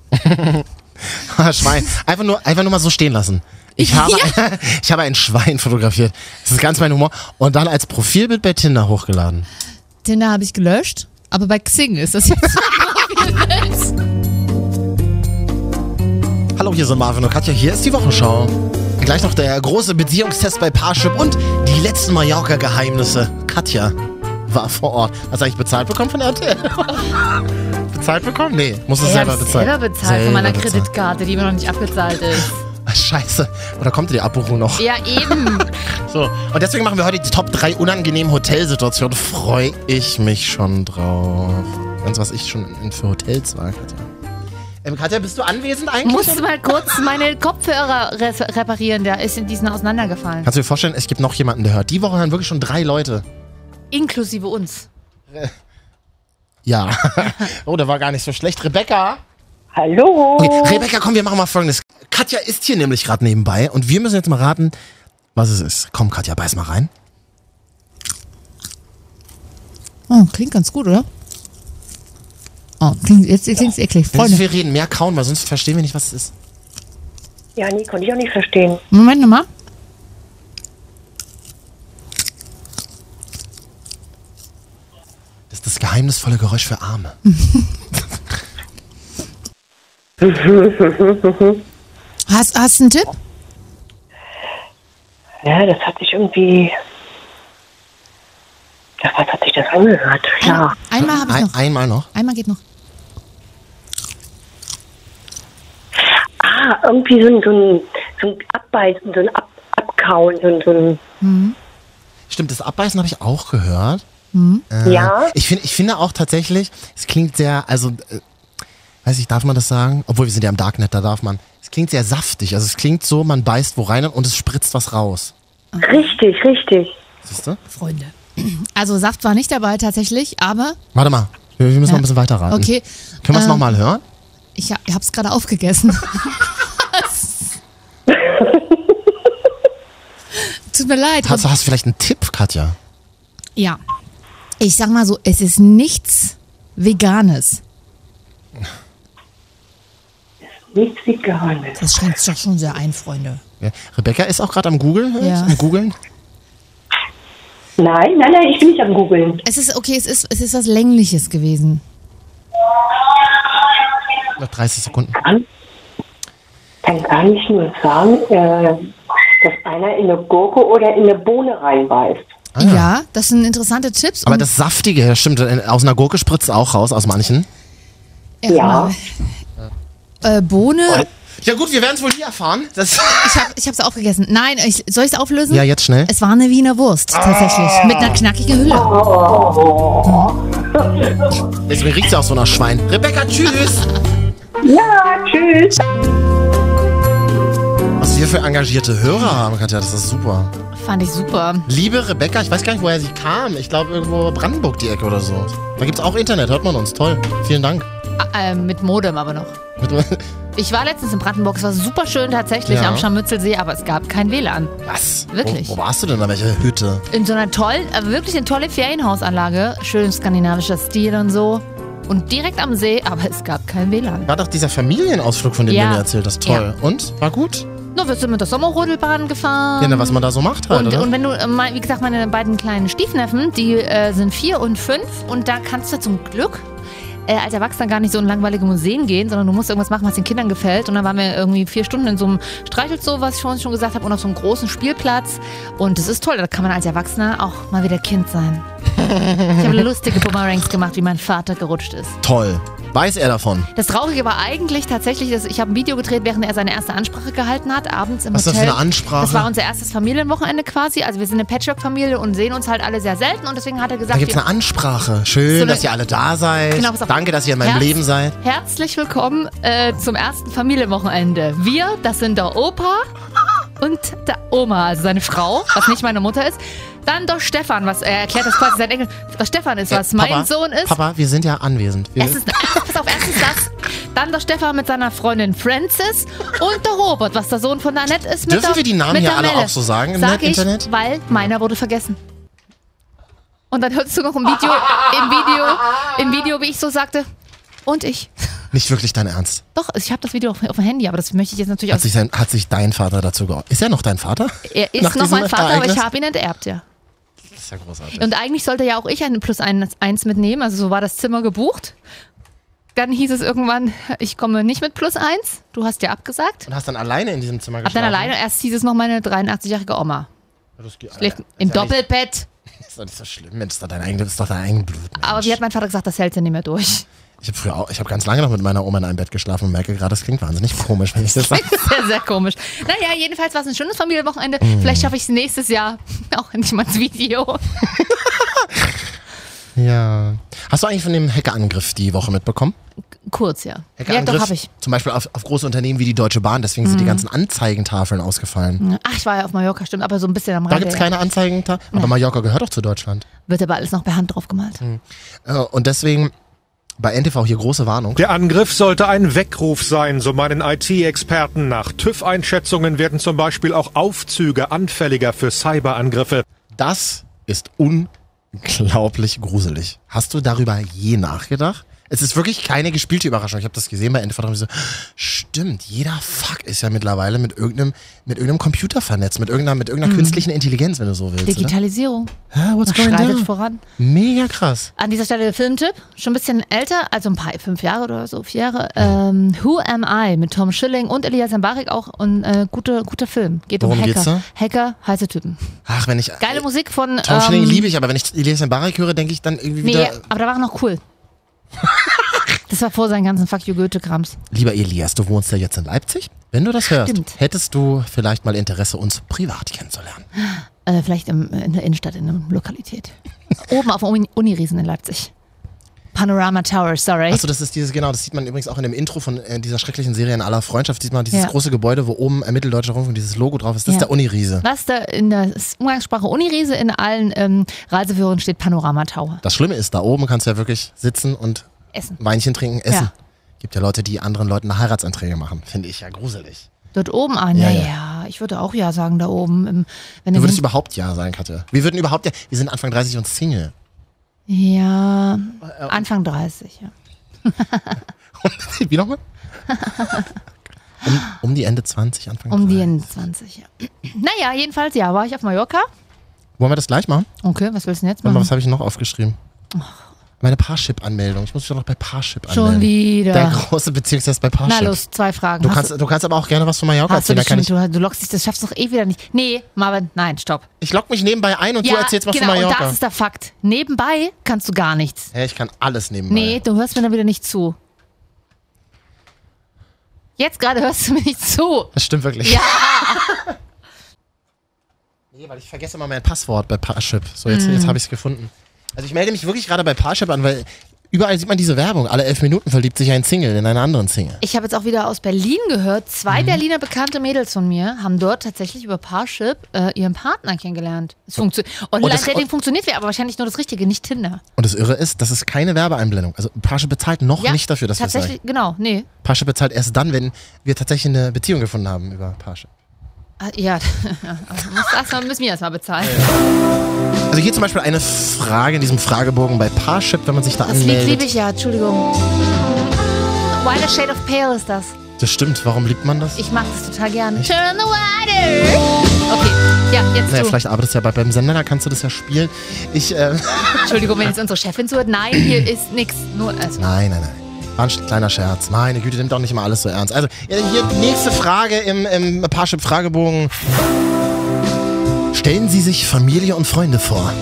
S3: Ha, Schwein. Einfach nur, einfach nur mal so stehen lassen. Ich habe, ich habe ein Schwein fotografiert. Das ist ganz mein Humor. Und dann als Profilbild bei Tinder hochgeladen.
S6: Tinder habe ich gelöscht, aber bei Xing ist das jetzt.
S3: Hallo, hier sind Marvin und Katja. Hier ist die Wochenschau. Gleich noch der große Beziehungstest bei Parship und die letzten Mallorca-Geheimnisse. Katja war vor Ort. Hast du eigentlich bezahlt bekommen von RTL? bezahlt bekommen? Nee, musst du
S1: Ich
S3: selber
S1: habe
S3: bezahlen.
S1: selber bezahlt von
S3: Selber
S1: meiner
S3: bezahlen.
S1: Kreditkarte, die mir noch nicht abbezahlt ist.
S3: Scheiße. Oder kommt die Abbuchung noch?
S1: Ja, eben.
S3: So, und deswegen machen wir heute die Top 3 unangenehmen Hotelsituationen. Freue ich mich schon drauf. Ganz was ich schon in, für Hotels war, Katja. Ähm, Katja, bist du anwesend eigentlich?
S1: Musste mal kurz meine Kopfhörer re reparieren, da ist in diesen auseinandergefallen.
S3: Kannst du dir vorstellen, es gibt noch jemanden, der hört. Die Woche hören wirklich schon drei Leute.
S1: Inklusive uns.
S3: Ja. oh, der war gar nicht so schlecht. Rebecca?
S7: Hallo.
S3: Okay, Rebecca, komm, wir machen mal folgendes. Katja ist hier nämlich gerade nebenbei und wir müssen jetzt mal raten, was es ist. Komm, Katja, beiß mal rein.
S6: Oh, klingt ganz gut, oder? Oh, klingt, jetzt klingt's eklig.
S3: Wir müssen
S6: Freunde,
S3: viel reden, mehr kauen, weil sonst verstehen wir nicht, was es ist.
S7: Ja, nee, konnte ich auch nicht verstehen.
S6: Moment nochmal.
S3: Das ist das geheimnisvolle Geräusch für Arme.
S6: Hast, hast du einen Tipp?
S7: Ja, das hat sich irgendwie. Ja, was hat sich das angehört? Ja.
S6: Einmal habe ich
S3: Ein,
S6: noch.
S3: einmal noch.
S6: Einmal geht noch.
S7: Ah, irgendwie so ein, so ein, so ein Abbeißen, so ein Ab Abkauen, so ein. So ein
S3: Stimmt, das Abbeißen habe ich auch gehört.
S6: Hm?
S3: Äh,
S7: Ja.
S3: Ich, find, ich finde auch tatsächlich, es klingt sehr, also, äh, weiß ich, darf man das sagen? Obwohl wir sind ja im Darknet, da darf man. Es klingt sehr saftig. Also es klingt so, man beißt wo rein und es spritzt was raus.
S7: Richtig, richtig.
S3: Siehst du?
S6: Freunde. Also Saft war nicht dabei tatsächlich, aber
S3: Warte mal. Wir, wir müssen noch ein bisschen weiter raten.
S6: okay.
S3: Können wir es
S6: Ähm,
S3: nochmal hören?
S6: Ich ha- ich hab's gerade aufgegessen. Tut mir leid.
S3: Hast, hast du vielleicht einen Tipp, Katja?
S6: Ja. Ich sag mal so, es ist nichts Veganes.
S7: Nichts Veganes.
S6: Das schränkt doch schon sehr ein, Freunde.
S3: Ja. Rebecca ist auch gerade am Google, äh,
S6: Ja.
S3: am Googeln.
S7: Nein, nein, nein, ich bin nicht am Googeln.
S6: Es ist okay, es ist, es ist was Längliches gewesen.
S3: Noch 30 Sekunden.
S7: Dann kann ich nur sagen, äh, dass einer in eine Gurke oder in eine Bohne reinbeißt.
S3: Ah,
S6: ja. das sind interessante Tipps.
S3: Aber das Saftige, ja, stimmt, äh, aus einer Gurke spritzt auch raus, aus manchen.
S1: Ah.
S7: Ja.
S6: Äh, Bohne,
S3: Ja gut, wir werden es wohl nie erfahren. Das
S6: ich, hab, ich hab's aufgegessen. Nein, ich, soll ich's auflösen?
S3: ja, jetzt schnell.
S6: Es war eine Wiener Wurst, tatsächlich. Mit einer knackigen Hülle.
S3: Deswegen riecht sie auch so nach Schwein. Rebecca, tschüss!
S7: Ja, tschüss.
S3: Was wir für engagierte Hörer haben, Katja, das ist super.
S1: Fand ich super.
S3: Liebe Rebecca, ich weiß gar nicht, woher sie kam. Ich glaube, irgendwo Brandenburg die Ecke oder so. Da gibt's auch Internet, hört man uns. Toll. Vielen Dank.
S1: Ah, äh, mit Modem aber noch. Ich war letztens in Brandenburg, es war super schön tatsächlich
S3: Ja.
S1: am Scharmützelsee, aber es gab kein WLAN.
S3: Was?
S1: Wirklich?
S3: Wo, wo warst du denn? An welcher Hütte?
S1: In so einer tollen, äh, wirklich eine tolle Ferienhausanlage, schön skandinavischer Stil und so. Und direkt am See, aber es gab kein WLAN.
S3: War doch dieser Familienausflug, von dem
S1: Ja. Ähm,
S3: du mir erzählt hast. Toll. Und? War gut?
S1: Nur wir sind mit der Sommerrodelbahn gefahren.
S3: Ja, na, was man da so macht halt,
S1: Und,
S3: oder?
S1: und wenn du, äh, mein- wie gesagt, meine beiden kleinen Stiefneffen, die äh, sind vier und fünf und da kannst du zum Glück äh, als Erwachsener gar nicht so in langweilige Museen gehen, sondern du musst irgendwas machen, was den Kindern gefällt. Und dann waren wir irgendwie vier Stunden in so einem Streichelzoo, was ich vorhin schon gesagt habe, und auf so einem großen Spielplatz. Und das ist toll, da kann man als Erwachsener auch mal wieder Kind sein. Ich habe lustige Boomerangs gemacht, wie mein Vater gerutscht ist.
S3: Toll. Weiß er davon?
S1: Das Traurige war eigentlich tatsächlich, dass ich habe ein Video gedreht, während er seine erste Ansprache gehalten hat, abends im
S3: Was ist das
S1: Hotel.
S3: für eine Ansprache?
S1: Das war unser erstes Familienwochenende quasi. Also wir sind eine Patchwork-Familie und sehen uns halt alle sehr selten und deswegen hat er
S3: Da
S1: gesagt,
S3: gibt's eine Ansprache. Schön,
S1: So eine-
S3: dass ihr alle da seid.
S1: Genau, pass auf.
S3: Danke, dass ihr in meinem
S1: Herz.
S3: Leben seid.
S1: herzlich willkommen äh, zum ersten Familienwochenende. Wir, das sind der Opa und der Oma, also seine Frau, was nicht meine Mutter ist. Dann doch Stefan, was er erklärt das quasi sein Enkel, was Stefan ist, was
S3: Äh,
S1: mein
S3: Papa,
S1: Sohn ist.
S3: Papa, wir sind ja anwesend. Wir
S1: Es ist, pass auf, erstens das. Dann der Stefan mit seiner Freundin Frances und der Robert, was der Sohn von Annette ist. Mit
S3: Dürfen
S1: der,
S3: wir die Namen
S1: mit
S3: hier
S1: der
S3: alle
S1: Melle.
S3: auch so sagen im
S1: Sag
S3: Net-
S1: ich,
S3: Internet?
S1: weil meiner wurde vergessen. Und dann hörst du noch im Video, im Video, im Video, wie ich so sagte, und ich.
S3: nicht wirklich dein Ernst.
S1: Doch, ich habe das Video auf, auf dem Handy, aber das möchte ich jetzt natürlich
S3: Hat
S1: auch.
S3: sich, sein, hat sich dein Vater dazu geäußert? Ist er noch dein Vater?
S1: Er
S3: Nach
S1: ist noch
S3: diesem
S1: mein Vater, aber ich
S3: Ereignis?
S1: habe ihn enterbt, ja.
S3: Das ist ja großartig.
S1: Und eigentlich sollte ja auch ich ein Plus eins eins mitnehmen, also so war das Zimmer gebucht. Dann hieß es irgendwann, ich komme nicht mit Plus eins. du hast ja abgesagt.
S3: Und hast dann alleine in diesem Zimmer
S1: Hab
S3: geschlafen?
S1: dann alleine, erst hieß es noch meine 83-jährige Oma.
S3: Das geht-
S1: Schläft
S3: Alter,
S1: im
S3: ist ja nicht-
S1: Doppelbett.
S3: Ist doch nicht so schlimm, Mensch. Ist doch dein eigenes, ist doch dein eigenes Blut. Mensch.
S1: Aber wie hat mein Vater gesagt, das hält sie nicht mehr durch.
S3: ich habe früher auch, ich habe ganz lange noch mit meiner Oma in einem Bett geschlafen und merke gerade, das klingt wahnsinnig komisch, wenn ich das sage.
S1: Sehr, sehr komisch. Naja, jedenfalls war es ein schönes Familienwochenende.
S3: Mhm.
S1: Vielleicht schaffe ich es nächstes Jahr auch endlich mal ins Video.
S3: Ja. Hast du eigentlich von dem Hackerangriff die Woche mitbekommen?
S1: Kurz, ja. Ja,
S3: Hackerangriff,
S1: doch, habe ich. Mhm.
S3: zum Beispiel auf, auf große Unternehmen wie die Deutsche Bahn, deswegen sind die ganzen Anzeigentafeln ausgefallen.
S1: Ach, ich war ja auf Mallorca, stimmt, aber so ein bisschen am
S3: Da
S1: Rande.
S3: gibt's
S1: ja.
S3: keine Anzeigentafeln, aber Mallorca gehört doch zu Deutschland.
S1: Wird aber alles noch per Hand drauf gemalt.
S3: Äh, Und deswegen bei NTV hier große Warnung.
S8: Der Angriff sollte ein Weckruf sein, so meinen IT-Experten. Nach TÜV-Einschätzungen werden zum Beispiel auch Aufzüge anfälliger für Cyberangriffe.
S3: Das ist unglaublich gruselig. Hast du darüber je nachgedacht? Es ist wirklich keine gespielte Überraschung. Ich habe das gesehen bei NTV. und hab So, stimmt, jeder Fuck ist ja mittlerweile mit irgendeinem, mit irgendeinem Computer vernetzt, mit irgendeiner, mit
S1: Mhm.
S3: irgendeiner künstlichen Intelligenz, wenn du so willst. Oder?
S1: Digitalisierung
S3: Ah, what's going
S1: schreitet
S3: down?
S1: voran.
S3: Mega krass.
S1: An dieser Stelle der Filmtipp, schon ein bisschen älter, also ein paar, fünf Jahre oder so, vier Jahre. Ähm, Who Am I mit Tom Schilling und Elias Mbarek auch ein äh, guter, guter Film. Geht um
S3: Worum
S1: Hacker.
S3: geht's da?
S1: Hacker, heiße Typen.
S3: Ach, wenn ich.
S1: Geile Musik von.
S3: Tom Schilling
S1: ähm,
S3: liebe ich, aber wenn ich Elias Mbarek höre, denke ich dann irgendwie
S1: Nee,
S3: wieder.
S1: aber da war er noch cool. das war vor seinen ganzen Fuck You Goethe-Krams.
S3: Lieber Elias, du wohnst ja jetzt in Leipzig. Wenn du das hörst,
S1: Stimmt.
S3: hättest du vielleicht mal Interesse, uns privat kennenzulernen.
S1: Äh, vielleicht im, in der Innenstadt, in einer Lokalität. Oben auf dem Uni- Uniriesen in Leipzig. Panorama Tower, sorry.
S3: Achso, das ist dieses, genau, das sieht man übrigens auch in dem Intro von äh, dieser schrecklichen Serie in aller Freundschaft. Sieht man dieses
S1: Ja.
S3: große Gebäude, wo oben äh, Mitteldeutscher Rundfunk dieses Logo drauf ist. Das ist
S1: Ja.
S3: der Uniriese.
S1: Was da in der Umgangssprache Uniriese in allen ähm, Reiseführern steht, Panorama Tower.
S3: Das Schlimme ist, da oben kannst du ja wirklich sitzen und
S1: Essen.
S3: Weinchen trinken, essen.
S1: Ja.
S3: Gibt ja Leute, die anderen Leuten Heiratsanträge machen. Finde ich ja gruselig.
S1: Dort oben an,
S3: Ja,
S1: ja,
S3: ja.
S1: naja, ich würde auch ja sagen, da oben. Im, wenn
S3: Du
S1: im-
S3: würdest überhaupt Ja sagen, Katja. Wir würden überhaupt Ja. Wir sind Anfang 30 und Single.
S1: ja,
S3: Äh,
S1: Anfang 30, ja.
S3: Wie nochmal? um, um die Ende 20, Anfang
S1: Um die
S3: 30.
S1: 20, ja. Naja, jedenfalls, ja, war ich auf Mallorca.
S3: Wollen wir das gleich machen?
S1: Okay, was willst du denn jetzt
S3: Warte mal,
S1: machen?
S3: was habe ich noch aufgeschrieben? Meine Parship-Anmeldung. Ich muss mich doch noch bei Parship
S1: Schon
S3: anmelden.
S1: wieder.
S3: Der große Beziehungstest bei Parship.
S1: Na los, zwei Fragen.
S3: Du
S1: Hast
S3: kannst, du kannst aber auch gerne was von Mallorca
S1: Hast du
S3: erzählen. Da
S1: das
S3: kann
S1: schon,
S3: ich,
S1: du, du lockst dich, das schaffst du doch eh wieder nicht. Nee, Marvin, nein, stopp.
S3: ich log mich nebenbei ein und du erzählst was
S1: genau,
S3: von
S1: und das
S3: Mallorca.
S1: ist der Fakt. Nebenbei kannst du gar nichts.
S3: Hä, ich kann alles nebenbei.
S1: Nee, du hörst mir dann wieder nicht zu. Jetzt gerade hörst du mir nicht zu.
S3: Das stimmt wirklich. Ja. nee, weil ich vergesse immer mein Passwort bei Parship. So, jetzt,
S1: Mhm.
S3: jetzt habe ich es gefunden. Also ich melde mich wirklich gerade bei Parship an, weil überall sieht man diese Werbung. Alle elf Minuten verliebt sich ein Single in einen anderen Single.
S1: Ich habe jetzt auch wieder aus Berlin gehört,
S3: Mhm.
S1: zwei Berliner bekannte Mädels von mir haben dort tatsächlich über Parship äh, ihren Partner kennengelernt. Es funktioniert.
S3: das-
S1: Online-Dating
S3: und-
S1: funktioniert, wäre aber wahrscheinlich nur das Richtige, nicht Tinder.
S3: Und das Irre ist, das ist keine Werbeeinblendung. Also Parship bezahlt noch nicht dafür, dass wir es sagen.
S1: Tatsächlich, genau, nee.
S3: Parship bezahlt erst dann, wenn wir tatsächlich eine Beziehung gefunden haben über Parship.
S1: Ah, Ja, muss erstmal, müssen wir erstmal bezahlen.
S3: Also hier zum Beispiel eine Frage in diesem Fragebogen bei Parship, wenn man sich da
S1: Das Lied
S3: anmeldet.
S1: liebe ich ja, Entschuldigung. Wider Shade of Pale ist das.
S3: Das stimmt, warum liebt man das?
S1: Ich mag das total gerne. Turn the water. Okay, ja, jetzt
S3: naja,
S1: du.
S3: vielleicht arbeitest du ja bald beim Sender, da kannst du das ja spielen. Ich, äh,
S1: Entschuldigung, wenn jetzt unsere Chefin zuhört. Nein, hier ist nichts. Nur, also,
S3: nein, nein, nein. War ein sch- kleiner Scherz. Meine Güte, nimmt doch nicht immer alles so ernst. Also, ja, hier nächste Frage im, im Parship-Fragebogen. Stellen Sie sich Familie und Freunde vor.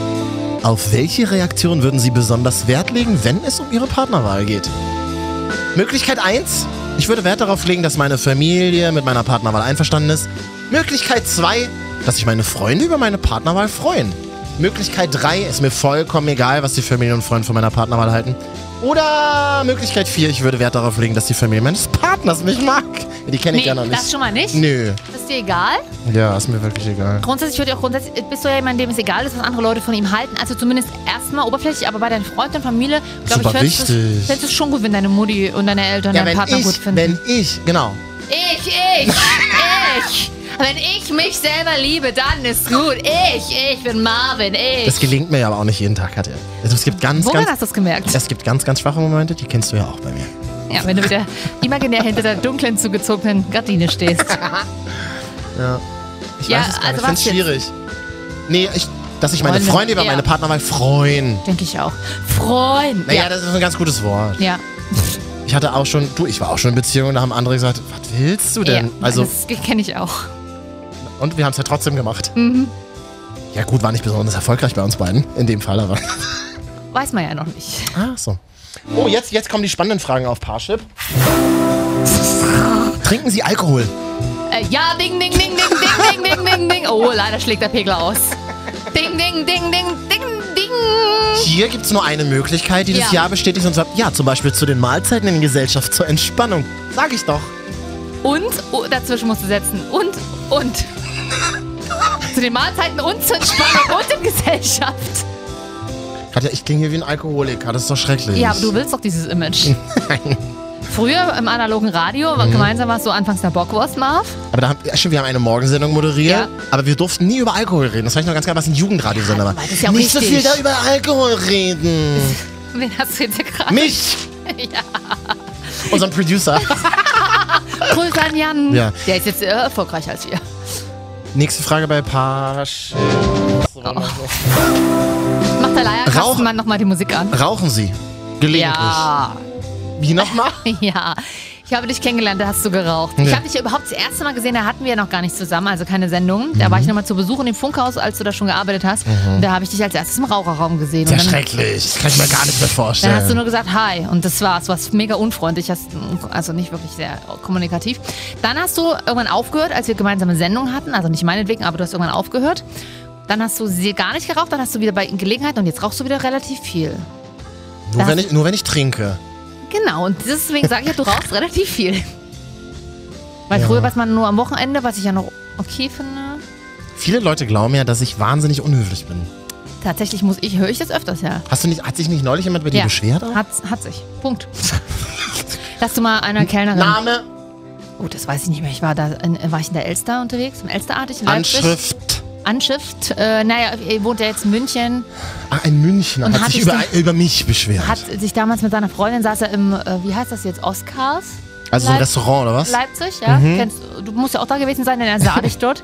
S2: Auf
S3: Auf welche Reaktion würden Sie besonders Wert legen, wenn es um Ihre Partnerwahl geht? Möglichkeit 1. Ich würde Wert darauf legen, dass meine Familie mit meiner Partnerwahl einverstanden ist. Möglichkeit 2. Dass sich meine Freunde über meine Partnerwahl freuen. Möglichkeit 3. Ist mir vollkommen egal, was die Familie und Freunde von meiner Partnerwahl halten. Oder Möglichkeit 4. Ich würde Wert darauf legen, dass die Familie meines Partners mich mag. Die kenne ich ja noch nicht.
S1: das schon mal nicht.
S3: Nö.
S1: Ist dir egal?
S3: Ja, ist mir wirklich egal.
S1: Grundsätzlich würde ich auch grundsätzlich, äh, bist du ja jemand, dem es egal ist, was andere Leute von ihm halten. Also zumindest erstmal oberflächlich, aber bei deinen Freunden und Familie, glaube ich,
S3: Super
S1: fändest du
S3: wichtig.
S1: fändest du es schon gut, wenn deine Mutti und deine Eltern
S3: Ja,
S1: deinen
S3: wenn
S1: Partner gut
S3: ich,
S1: finden.
S3: wenn ich, genau,
S1: Ich, ich, ich. Wenn ich mich selber liebe, dann ist gut. Ich, ich bin Marvin,
S3: Das
S1: ich.
S3: gelingt mir ja aber auch nicht jeden Tag, Katja. Also es gibt ganz,
S1: Woran
S3: ganz,
S1: hast du es gemerkt?
S3: es gibt ganz, ganz schwache Momente, die kennst du ja auch bei mir.
S1: Ja, wenn du wieder imaginär hinter der dunklen zugezogenen Gardine stehst.
S3: Ich
S1: Ja,
S3: weiß es gar
S1: also
S3: nicht, ich
S1: was
S3: finde es schwierig. Nee, ich, dass ich meine
S1: Freunde,
S3: Freunde über
S1: ja.
S3: meine Partnerwahl freuen.
S1: Denke ich auch. Freund.
S3: Naja, das ist ein ganz gutes Wort.
S1: Ja.
S3: Ich hatte auch schon, du, ich war auch schon in Beziehungen, da haben andere gesagt, was willst du
S1: ja.
S3: denn? Also,
S1: das kenne ich auch.
S3: und wir haben es ja trotzdem gemacht.
S1: Mhm.
S3: Ja gut, war nicht besonders erfolgreich bei uns beiden, in dem Fall aber.
S1: Weiß man ja noch nicht.
S3: Ah, so. Oh, jetzt, jetzt kommen die spannenden Fragen auf Parship. Trinken Sie Alkohol?
S1: Äh, ja, ding, ding, ding, ding, ding, ding, ding, ding, ding. Oh, leider schlägt der Pegel aus. Ding, ding, ding, ding, ding, ding.
S3: Hier gibt es nur eine Möglichkeit, die das
S1: Ja.
S3: Jahr bestätigt und sagt, ja, zum Beispiel zu den Mahlzeiten in Gesellschaft zur Entspannung. Sag ich doch.
S1: Und, oh, dazwischen musst du setzen. Und, und. Zu den Mahlzeiten und zur Entspannung und in Gesellschaft.
S3: Katja, ich klinge hier wie ein Alkoholiker, das ist doch schrecklich.
S1: Ja, aber du willst doch dieses Image. Früher im analogen Radio,
S3: Mhm.
S1: gemeinsam warst du anfangs der Bockwurst, Marv.
S3: Aber da haben, ja, stimmt, wir haben eine Morgensendung moderiert,
S1: Ja.
S3: aber wir durften nie über Alkohol reden. Das war ich noch ganz klar, was ein Jugendradiosender war.
S1: das ist ja auch
S3: Nicht so
S1: richtig.
S3: viel da über Alkohol reden.
S1: Wen hast du jetzt hier gerade?
S3: Mich!
S1: Ja.
S3: Unseren Producer.
S1: Grüß an Jan.
S3: Ja.
S1: Der ist jetzt äh, erfolgreicher als wir.
S3: Nächste Frage bei Pasch.
S1: Oh. Macht der
S3: Rauch-
S1: Leierkastenmann nochmal die Musik an.
S3: Rauchen Sie? Gelegentlich.
S1: Ja.
S3: Wie nochmal?
S1: Ja, ich habe dich kennengelernt, da hast du geraucht. Ich
S3: Ja.
S1: habe dich überhaupt das erste Mal gesehen, da hatten wir ja noch gar nicht zusammen, also keine Sendung. Da war ich nochmal zu Besuch in dem Funkhaus, als du da schon gearbeitet hast. Und Da habe ich dich als erstes im Raucherraum gesehen.
S3: Sehr
S1: und dann,
S3: schrecklich. Das kann ich mir gar nicht mehr vorstellen.
S1: dann hast du nur gesagt, hi, und das war's. Du warst mega unfreundlich, hast, also nicht wirklich sehr kommunikativ. Dann hast du irgendwann aufgehört, als wir gemeinsame Sendung hatten, also nicht meinetwegen, aber du hast irgendwann aufgehört. Dann hast du sie gar nicht geraucht, dann hast du wieder bei Gelegenheit und jetzt rauchst du wieder relativ viel.
S3: nur, wenn
S1: das-
S3: ich, nur wenn ich trinke.
S1: Genau, und deswegen sage ich ja, du rauchst relativ viel. Weil früher war es man nur am Wochenende, was ich ja noch okay finde.
S3: Viele Leute glauben ja, dass ich wahnsinnig unhöflich bin.
S1: Tatsächlich muss ich, höre ich das öfters, ja.
S3: Hast du nicht, hat sich nicht neulich jemand bei dir
S1: ja. Ähm,
S3: beschwert? auch?
S1: Hat, hat sich. Punkt. Dass du mal einer Kellnerin.
S3: Name,
S1: Oh, das weiß ich nicht mehr. Ich war da in, war ich in der Elster unterwegs, im Elsterartig in Leipzig.
S3: Anschrift.
S1: Anschrift. Äh, naja, er wohnt ja jetzt in München.
S3: Ah, ein Münchner
S1: Und
S3: hat,
S1: hat
S3: sich
S1: ich
S3: über,
S1: den-
S3: über mich beschwert.
S1: Hat sich damals mit seiner Freundin, saß er im, äh, wie heißt das jetzt, Oscars?
S3: also so ein
S1: Leip-
S3: Restaurant oder was?
S1: Leipzig, ja. Kennst, du musst ja auch da gewesen sein, denn er sah dich dort.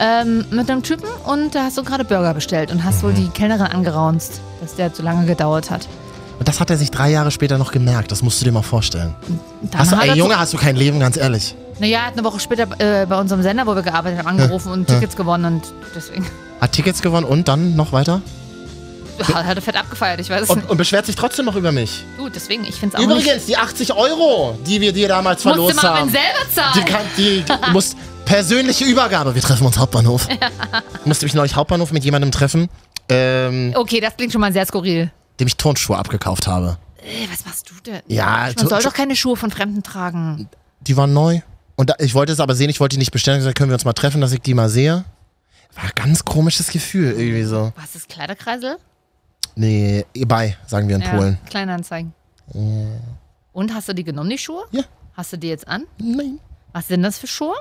S1: Ähm, mit einem Typen und da hast du gerade Burger bestellt und hast wohl die Kellnerin angeraunzt, dass der zu lange gedauert hat.
S3: Und das hat er sich drei Jahre später noch gemerkt. Das musst du dir mal vorstellen.
S1: Und dann
S3: Hast du,
S1: hat
S3: ey
S1: er
S3: Junge, hast du kein Leben, ganz ehrlich.
S1: Zu, naja, er hat eine Woche später äh, bei unserem Sender, wo wir gearbeitet haben, angerufen und Tickets gewonnen und deswegen
S3: Hat Tickets gewonnen und dann noch weiter?
S1: hat er fett abgefeiert, ich weiß es
S3: Und,
S1: nicht.
S3: und beschwert sich trotzdem noch über mich.
S1: Du, deswegen, ich finde es auch nicht.
S3: Übrigens, die 80 Euro, die wir dir damals
S1: Musste
S3: verlost
S1: Marvin
S3: haben.
S1: selber
S3: Die,
S1: zahlen.
S3: kann, die, die muss persönliche Übergabe. Wir treffen uns Hauptbahnhof. Musste mich neulich Hauptbahnhof mit jemandem treffen, ähm,
S1: Okay, das klingt schon mal sehr skurril.
S3: dem ich Turnschuhe abgekauft habe.
S1: Ey, Äh, was machst du denn?
S3: Ja,
S1: Man soll
S3: Tur-
S1: doch keine Schuhe von Fremden tragen.
S3: die waren neu. Und da, ich wollte es aber sehen, ich wollte die nicht bestellen. Ich hab gesagt, können wir uns mal treffen, dass ich die mal sehe? War ein ganz komisches Gefühl irgendwie so.
S1: Was ist Kleiderkreisel?
S3: Nee, bei, sagen wir in Polen.
S1: Kleinanzeigen. Und hast du die genommen, die Schuhe?
S3: Ja.
S1: Hast du die jetzt an?
S3: Nein.
S1: Was sind das für Schuhe?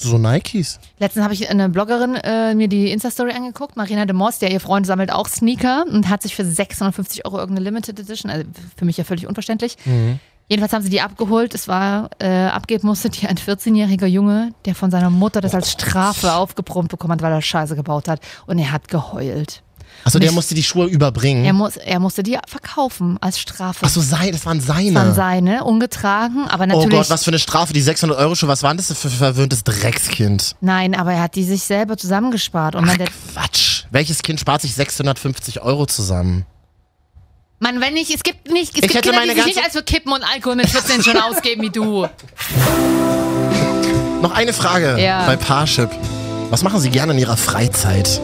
S3: So Nikes.
S1: Letztens habe ich eine Bloggerin äh, mir die Insta-Story angeguckt, Marina de Moss, der ihr Freund sammelt auch Sneaker und hat sich für 650 Euro irgendeine Limited Edition, also für mich ja völlig unverständlich.
S3: Mhm.
S1: Jedenfalls haben sie die abgeholt. Es war, äh, abgeben musste die ein 14-jähriger Junge, der von seiner Mutter das als Strafe aufgebrummt bekommen hat, weil er Scheiße gebaut hat. Und er hat geheult.
S3: Achso, der musste die Schuhe überbringen.
S1: Er, muss, er musste die verkaufen als Strafe.
S3: Achso, sei, das waren seine.
S1: Das waren seine, ungetragen, aber
S3: oh
S1: natürlich.
S3: Gott, was für eine Strafe, die 600 Euro Schuhe. Was waren das für ein verwöhntes Dreckskind?
S1: Nein, aber er hat die sich selber zusammengespart. Und man, der,
S3: Quatsch. Welches Kind spart sich 650 Euro zusammen?
S1: Mann, wenn nicht, es gibt nicht, es
S3: Ich
S1: gibt
S3: hätte
S1: Kinder,
S3: meine
S1: die sich
S3: ganze-
S1: nicht als für Kippen und Alkohol mit 14 schon ausgeben wie du.
S3: Noch eine Frage
S1: Ja.
S3: bei Parship. Was machen Sie gerne in Ihrer Freizeit?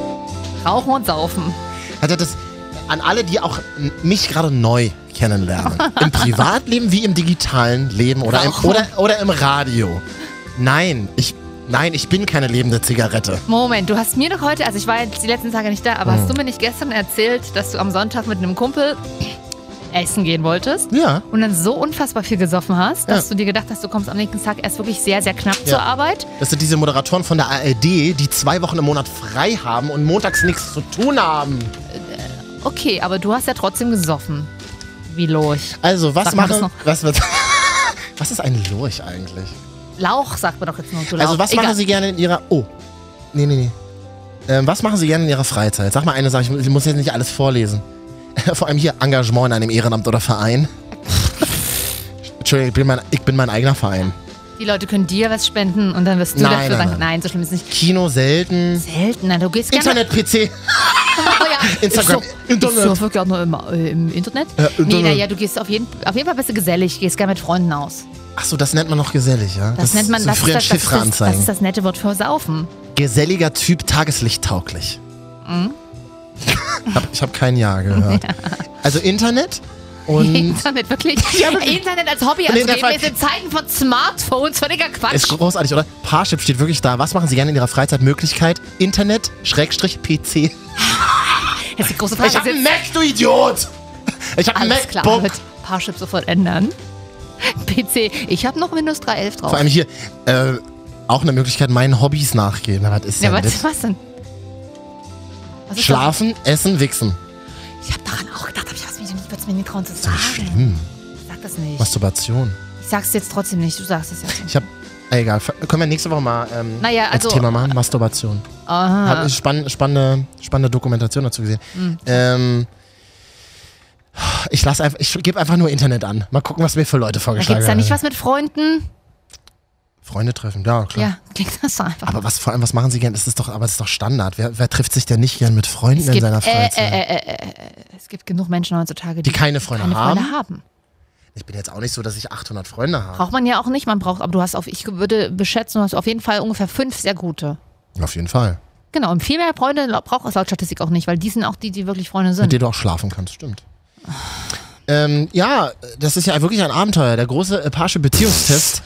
S1: Rauchen und saufen.
S3: Also das an alle, die auch n- mich gerade neu kennenlernen. Im Privatleben wie im digitalen Leben oder im,
S1: Rauchen.
S3: oder, oder im Radio. Nein, ich, nein, ich bin keine lebende Zigarette.
S1: Moment, du hast mir doch heute, also ich war jetzt die letzten Tage nicht da, aber
S3: Mhm.
S1: hast du mir nicht gestern erzählt, dass du am Sonntag mit einem Kumpel essen gehen wolltest?
S3: Ja.
S1: Und dann so unfassbar viel gesoffen hast, dass
S3: Ja.
S1: du dir gedacht hast, du kommst am nächsten Tag erst wirklich sehr, sehr knapp zur Arbeit.
S3: Das sind diese Moderatoren von der ARD, die zwei Wochen im Monat frei haben und montags nichts zu tun haben.
S1: Okay, aber du hast ja trotzdem gesoffen. Wie Lurch.
S3: Also, was
S1: Sag mal das
S3: machen...
S1: noch.
S3: Was, wird- was ist ein Lurch eigentlich?
S1: Lauch sagt man doch jetzt nur zu Lauch.
S3: Also, was
S1: Egal.
S3: machen Sie gerne in Ihrer. Oh. Nee, nee, nee. Ähm, was machen Sie gerne in Ihrer Freizeit? Sag mal eine Sache, ich mu- ich muss jetzt nicht alles vorlesen. Vor allem hier Engagement in einem Ehrenamt oder Verein. Entschuldigung, ich bin mein, ich bin mein eigener Verein.
S1: Die Leute können dir was spenden und dann wirst du
S3: Nein,
S1: dafür
S3: nein,
S1: sagen,
S3: nein.
S1: nein. so schlimm ist nicht.
S3: Kino selten.
S1: Selten, nein, du gehst gerne...
S3: Internet-PC.
S1: Oh ja.
S3: Instagram.
S1: Ich surf-
S3: Internet.
S1: Ich surf wirklich auch nur im, äh, im Internet.
S3: Ja, Internet.
S1: Nee, naja, du gehst auf jeden, auf jeden Fall bist du gesellig, gehst gerne mit Freunden aus.
S3: Achso, das nennt man noch gesellig, ja?
S1: Das, nennt man
S3: so
S1: das,
S3: früher
S1: ist das, das, ist das, das
S3: Chiffreanzeigen.
S1: ist das nette Wort für saufen.
S3: Geselliger Typ, tageslichttauglich.
S1: Mhm.
S3: hab, ich habe kein Ja gehört. Also Internet und
S1: Internet wirklich.
S3: Hm. Ja, wirklich.
S1: Internet als Hobby
S3: Und in der
S1: anzugeben,
S3: Fall-
S1: ist in Zeiten von Smartphones völliger
S3: Ist
S1: Quatsch.
S3: großartig, oder? Parship steht wirklich da. Was machen Sie gerne in Ihrer Freizeit? Möglichkeit Internet, Schrägstrich, PC.
S1: Jetzt die große Frage.
S3: Ich hab
S1: ist
S3: einen
S1: jetzt,
S3: Mac, du Idiot! Ich hab einen
S1: alles klar,
S3: MacBook.
S1: wird Parship sofort ändern. PC, ich habe noch Windows 3.11 drauf.
S3: Vor allem hier, äh, auch eine Möglichkeit, meinen Hobbys nachgehen. Na, was ist
S1: ja,
S3: denn
S1: was,
S3: das?
S1: was denn? Was ist
S3: Schlafen, essen, wichsen.
S1: Das? Ich habe daran auch gedacht, aber ich würde es mir, würd's mir nie trauen zu sagen.
S3: Schlimm.
S1: Ich sag das nicht.
S3: Masturbation.
S1: Ich sag's jetzt trotzdem nicht, du sagst es jetzt.
S3: Ich hab. Egal, f- können wir nächste Woche mal ähm,
S1: Naja,
S3: als
S1: also-
S3: Thema machen? Masturbation.
S1: Aha. Hm.
S3: Hab ich spann, spannende, spannende Dokumentation dazu gesehen. Ähm, ich lass einfach, ich gebe einfach nur Internet an. Mal gucken, was mir für Leute
S1: Da
S3: vorgeschlagen
S1: gibt's da
S3: werden.
S1: nicht was mit Freunden?
S3: Freunde treffen, ja, klar.
S1: Ja, klingt das so einfach.
S3: Aber was vor allem, was machen sie gern? Das ist doch, aber das ist doch Standard. Wer, wer trifft sich denn nicht gern mit Freunden
S1: es
S3: in
S1: gibt,
S3: seiner
S1: äh,
S3: Freizeit?
S1: äh, äh, äh, äh, es gibt genug Menschen heutzutage, die,
S3: Die keine Freunde
S1: keine
S3: haben.
S1: Freunde haben.
S3: Ich bin jetzt auch nicht so, dass ich 800 Freunde habe.
S1: Braucht man ja auch nicht, man braucht, aber du hast auf, ich würde beschätzen, du hast auf jeden Fall ungefähr fünf sehr gute.
S3: Auf jeden Fall.
S1: Genau, und viel mehr Freunde lau- braucht es laut Statistik auch nicht, weil die sind auch die, die wirklich Freunde
S3: Mit
S1: sind.
S3: denen du auch schlafen kannst, stimmt. Ähm, ja, das ist ja wirklich ein Abenteuer. Der große äh, Parsche Beziehungstest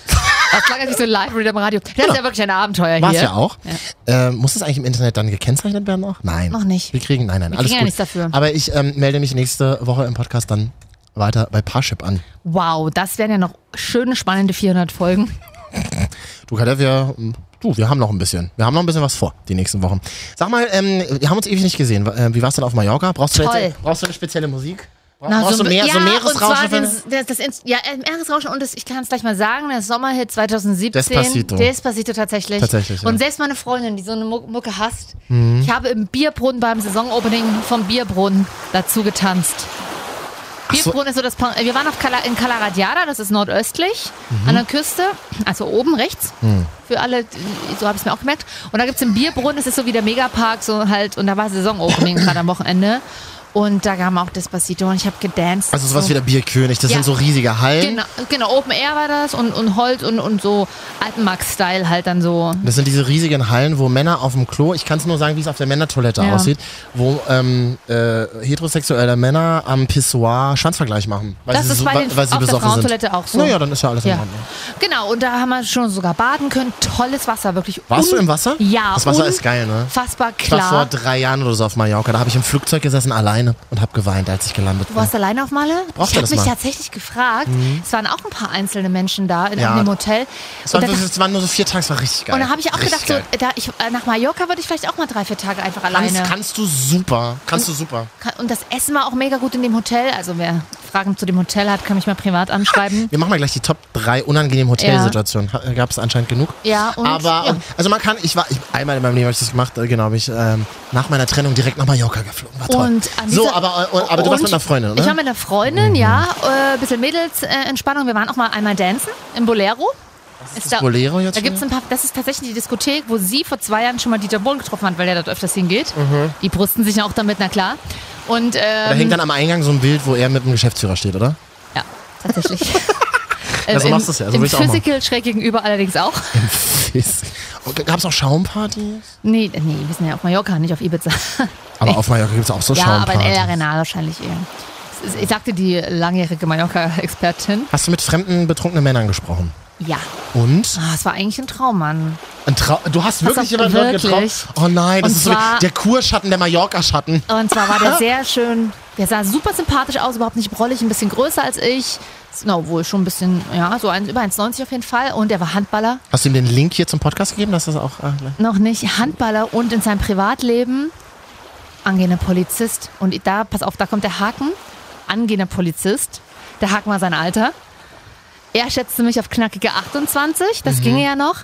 S1: Das klang jetzt nicht so live mit dem Radio. Das ist ja wirklich ein Abenteuer
S3: war es
S1: hier.
S3: Genau. ja auch. Ähm, muss es eigentlich im Internet dann gekennzeichnet werden auch? Nein.
S1: Noch nicht.
S3: Wir kriegen, nein, nein, alles
S1: kriegen ja
S3: gut.
S1: nichts dafür.
S3: Aber ich ähm, melde mich nächste Woche im Podcast dann weiter bei Parship an.
S1: Wow, das wären ja noch schöne, spannende 400 Folgen.
S3: Du, Katja, wir, du, wir haben noch ein bisschen. Wir haben noch ein bisschen was vor, die nächsten Wochen. Sag mal, ähm, wir haben uns ewig nicht gesehen. Äh, Wie war's denn auf Mallorca? Brauchst du,
S1: Toll.
S3: jetzt, brauchst du eine spezielle Musik? Bra-
S1: Na,
S3: brauchst
S1: so,
S3: du
S1: ein-
S3: mehr,
S1: ja,
S3: so
S1: Und
S3: Meeresrauschen?
S1: zwar
S3: für-
S1: den, das, das, Inst- ja, äh, Meeresrauschen und das, ich kann es gleich mal sagen, der Sommerhit 2017.
S3: Despacito.
S1: Despacito tatsächlich.
S3: Tatsächlich, ja. Mhm.
S1: Und selbst meine Freundin, die so eine Muc- Mucke hasst, ich habe im Bierbrunnen beim Saisonopening vom Bierbrunnen dazu getanzt.
S3: so.
S1: Bierbrunnen ist so das. Pa- Wir waren auf Kala, in Calaradiada, das ist nordöstlich,
S3: Mhm.
S1: an der Küste, also oben rechts. Für alle, so habe ich es mir auch gemerkt. Und da gibt es einen Bierbrunnen, das ist so wie der Megapark, so halt, und da war Saisonopening gerade am Wochenende. Und da kam auch Despacito und ich habe gedanced.
S3: Also sowas
S1: so.
S3: wie der Bierkönig. Das
S1: Oh. Ja.
S3: sind so riesige Hallen.
S1: Genau, genau, Open Air war das und, und Holz und, und so Alpenmark-Style halt dann so.
S3: Das sind diese riesigen Hallen, wo Männer auf dem Klo, ich kann es nur sagen, wie es auf der Männertoilette
S1: Ja.
S3: aussieht, wo ähm, äh, heterosexuelle Männer am Pissoir Schwanzvergleich machen. Weil
S1: Das
S3: sie
S1: ist
S3: so,
S1: bei
S3: weil,
S1: den-
S3: weil sie
S1: auf der
S3: besoffen
S1: Frauentoilette
S3: sind.
S1: auch so.
S3: Naja, dann ist ja alles in
S1: Ja.
S3: Ordnung.
S1: Genau, und da haben wir schon sogar baden können. Tolles Wasser, wirklich.
S3: Warst
S1: un-
S3: du im Wasser?
S1: Ja.
S3: Das Wasser ist geil, ne?
S1: Unfassbar
S3: Ich war vor
S1: klar.
S3: drei Jahren oder so auf Mallorca. Da habe ich im Flugzeug gesessen, alleine und habe geweint, als ich gelandet
S1: Du
S3: bin.
S1: warst alleine auf Malle?
S3: Braucht
S1: ich
S3: ihr
S1: habe
S3: das
S1: mich
S3: mal? Mhm.
S1: tatsächlich gefragt. Es waren auch ein paar einzelne Menschen da in
S3: Ja.
S1: einem Hotel.
S3: Es
S1: Und
S3: waren,
S1: da, dacht-
S3: es waren nur so vier Tage, es war richtig geil.
S1: und da habe ich auch
S3: richtig
S1: gedacht, so,
S3: geil.
S1: da ich, äh, nach Mallorca würde ich vielleicht auch mal drei, vier Tage einfach alleine.
S3: Kannst, kannst du super. Kannst du super.
S1: Kann- Und das Essen war auch mega gut in dem Hotel. Also wer Fragen zu dem Hotel hat, kann mich mal privat anschreiben.
S3: Wir machen mal gleich die Top 3 unangenehmen Hotelsituationen. Gab es anscheinend genug.
S1: Ja, und
S3: Aber,
S1: ja.
S3: und- also man kann, ich war, ich, einmal in meinem Leben habe ich das gemacht, äh, genau, bin ich ähm, nach meiner Trennung direkt nach Mallorca geflogen. War toll.
S1: Und an
S3: so,
S1: dieser-
S3: aber, äh, und, aber du warst
S1: Und
S3: mit einer Freundin,
S1: Ich war
S3: ne?
S1: mit einer Freundin, ja. Ein äh, bisschen Mädels-Entspannung. Wir waren auch mal einmal dancen im Bolero. Ist
S3: das Bolero jetzt
S1: Da
S3: schon
S1: gibt's ein paar, das ist tatsächlich die Diskothek, wo sie vor zwei Jahren schon mal Dieter Bohlen getroffen hat, weil der dort öfters hingeht.
S3: Mhm.
S1: Die brüsten sich ja auch damit, na klar. Und
S3: Da
S1: ähm,
S3: hängt dann am Eingang so ein Bild, wo er mit dem Geschäftsführer steht, oder?
S1: ja, tatsächlich.
S3: Ja, so
S1: Ähm,
S3: Also machst du's ja, so
S1: Im
S3: will ich's auch machen.
S1: Physical schräg gegenüber allerdings auch.
S3: Gab es auch Schaumpartys?
S1: Nee, nee, wir sind ja auf Mallorca, nicht auf Ibiza.
S3: Aber auf Mallorca gibt es auch so
S1: ja, aber in
S3: Schaumpartys.
S1: El Arenal wahrscheinlich eher. Es ist- Ich sagte die langjährige Mallorca-Expertin.
S3: Hast du mit fremden, betrunkenen Männern gesprochen?
S1: Ja.
S3: Und?
S1: Ah, es war eigentlich ein Traum, Mann.
S3: Ein Trau du hast wirklich
S1: auf,
S3: jemanden dort getroffen?
S1: wirklich.
S3: Oh nein, das
S1: Und
S3: ist so
S1: zwar-
S3: wie der Kurschatten, der Mallorca-Schatten.
S1: Und zwar war der sehr schön. Der sah super sympathisch aus, überhaupt nicht brollig, ein bisschen größer als ich. Na, wohl schon ein bisschen, ja, so ein, über 1,90 auf jeden Fall. Und er war Handballer.
S3: Hast du ihm den Link hier zum Podcast gegeben, dass das auch... Äh, gleich-
S1: Noch nicht Handballer und in seinem Privatleben angehender Polizist. Und da, pass auf, da kommt der Haken. Angehender Polizist. Der Haken war sein Alter. Er schätzte mich auf knackige 28. Das ginge ja noch.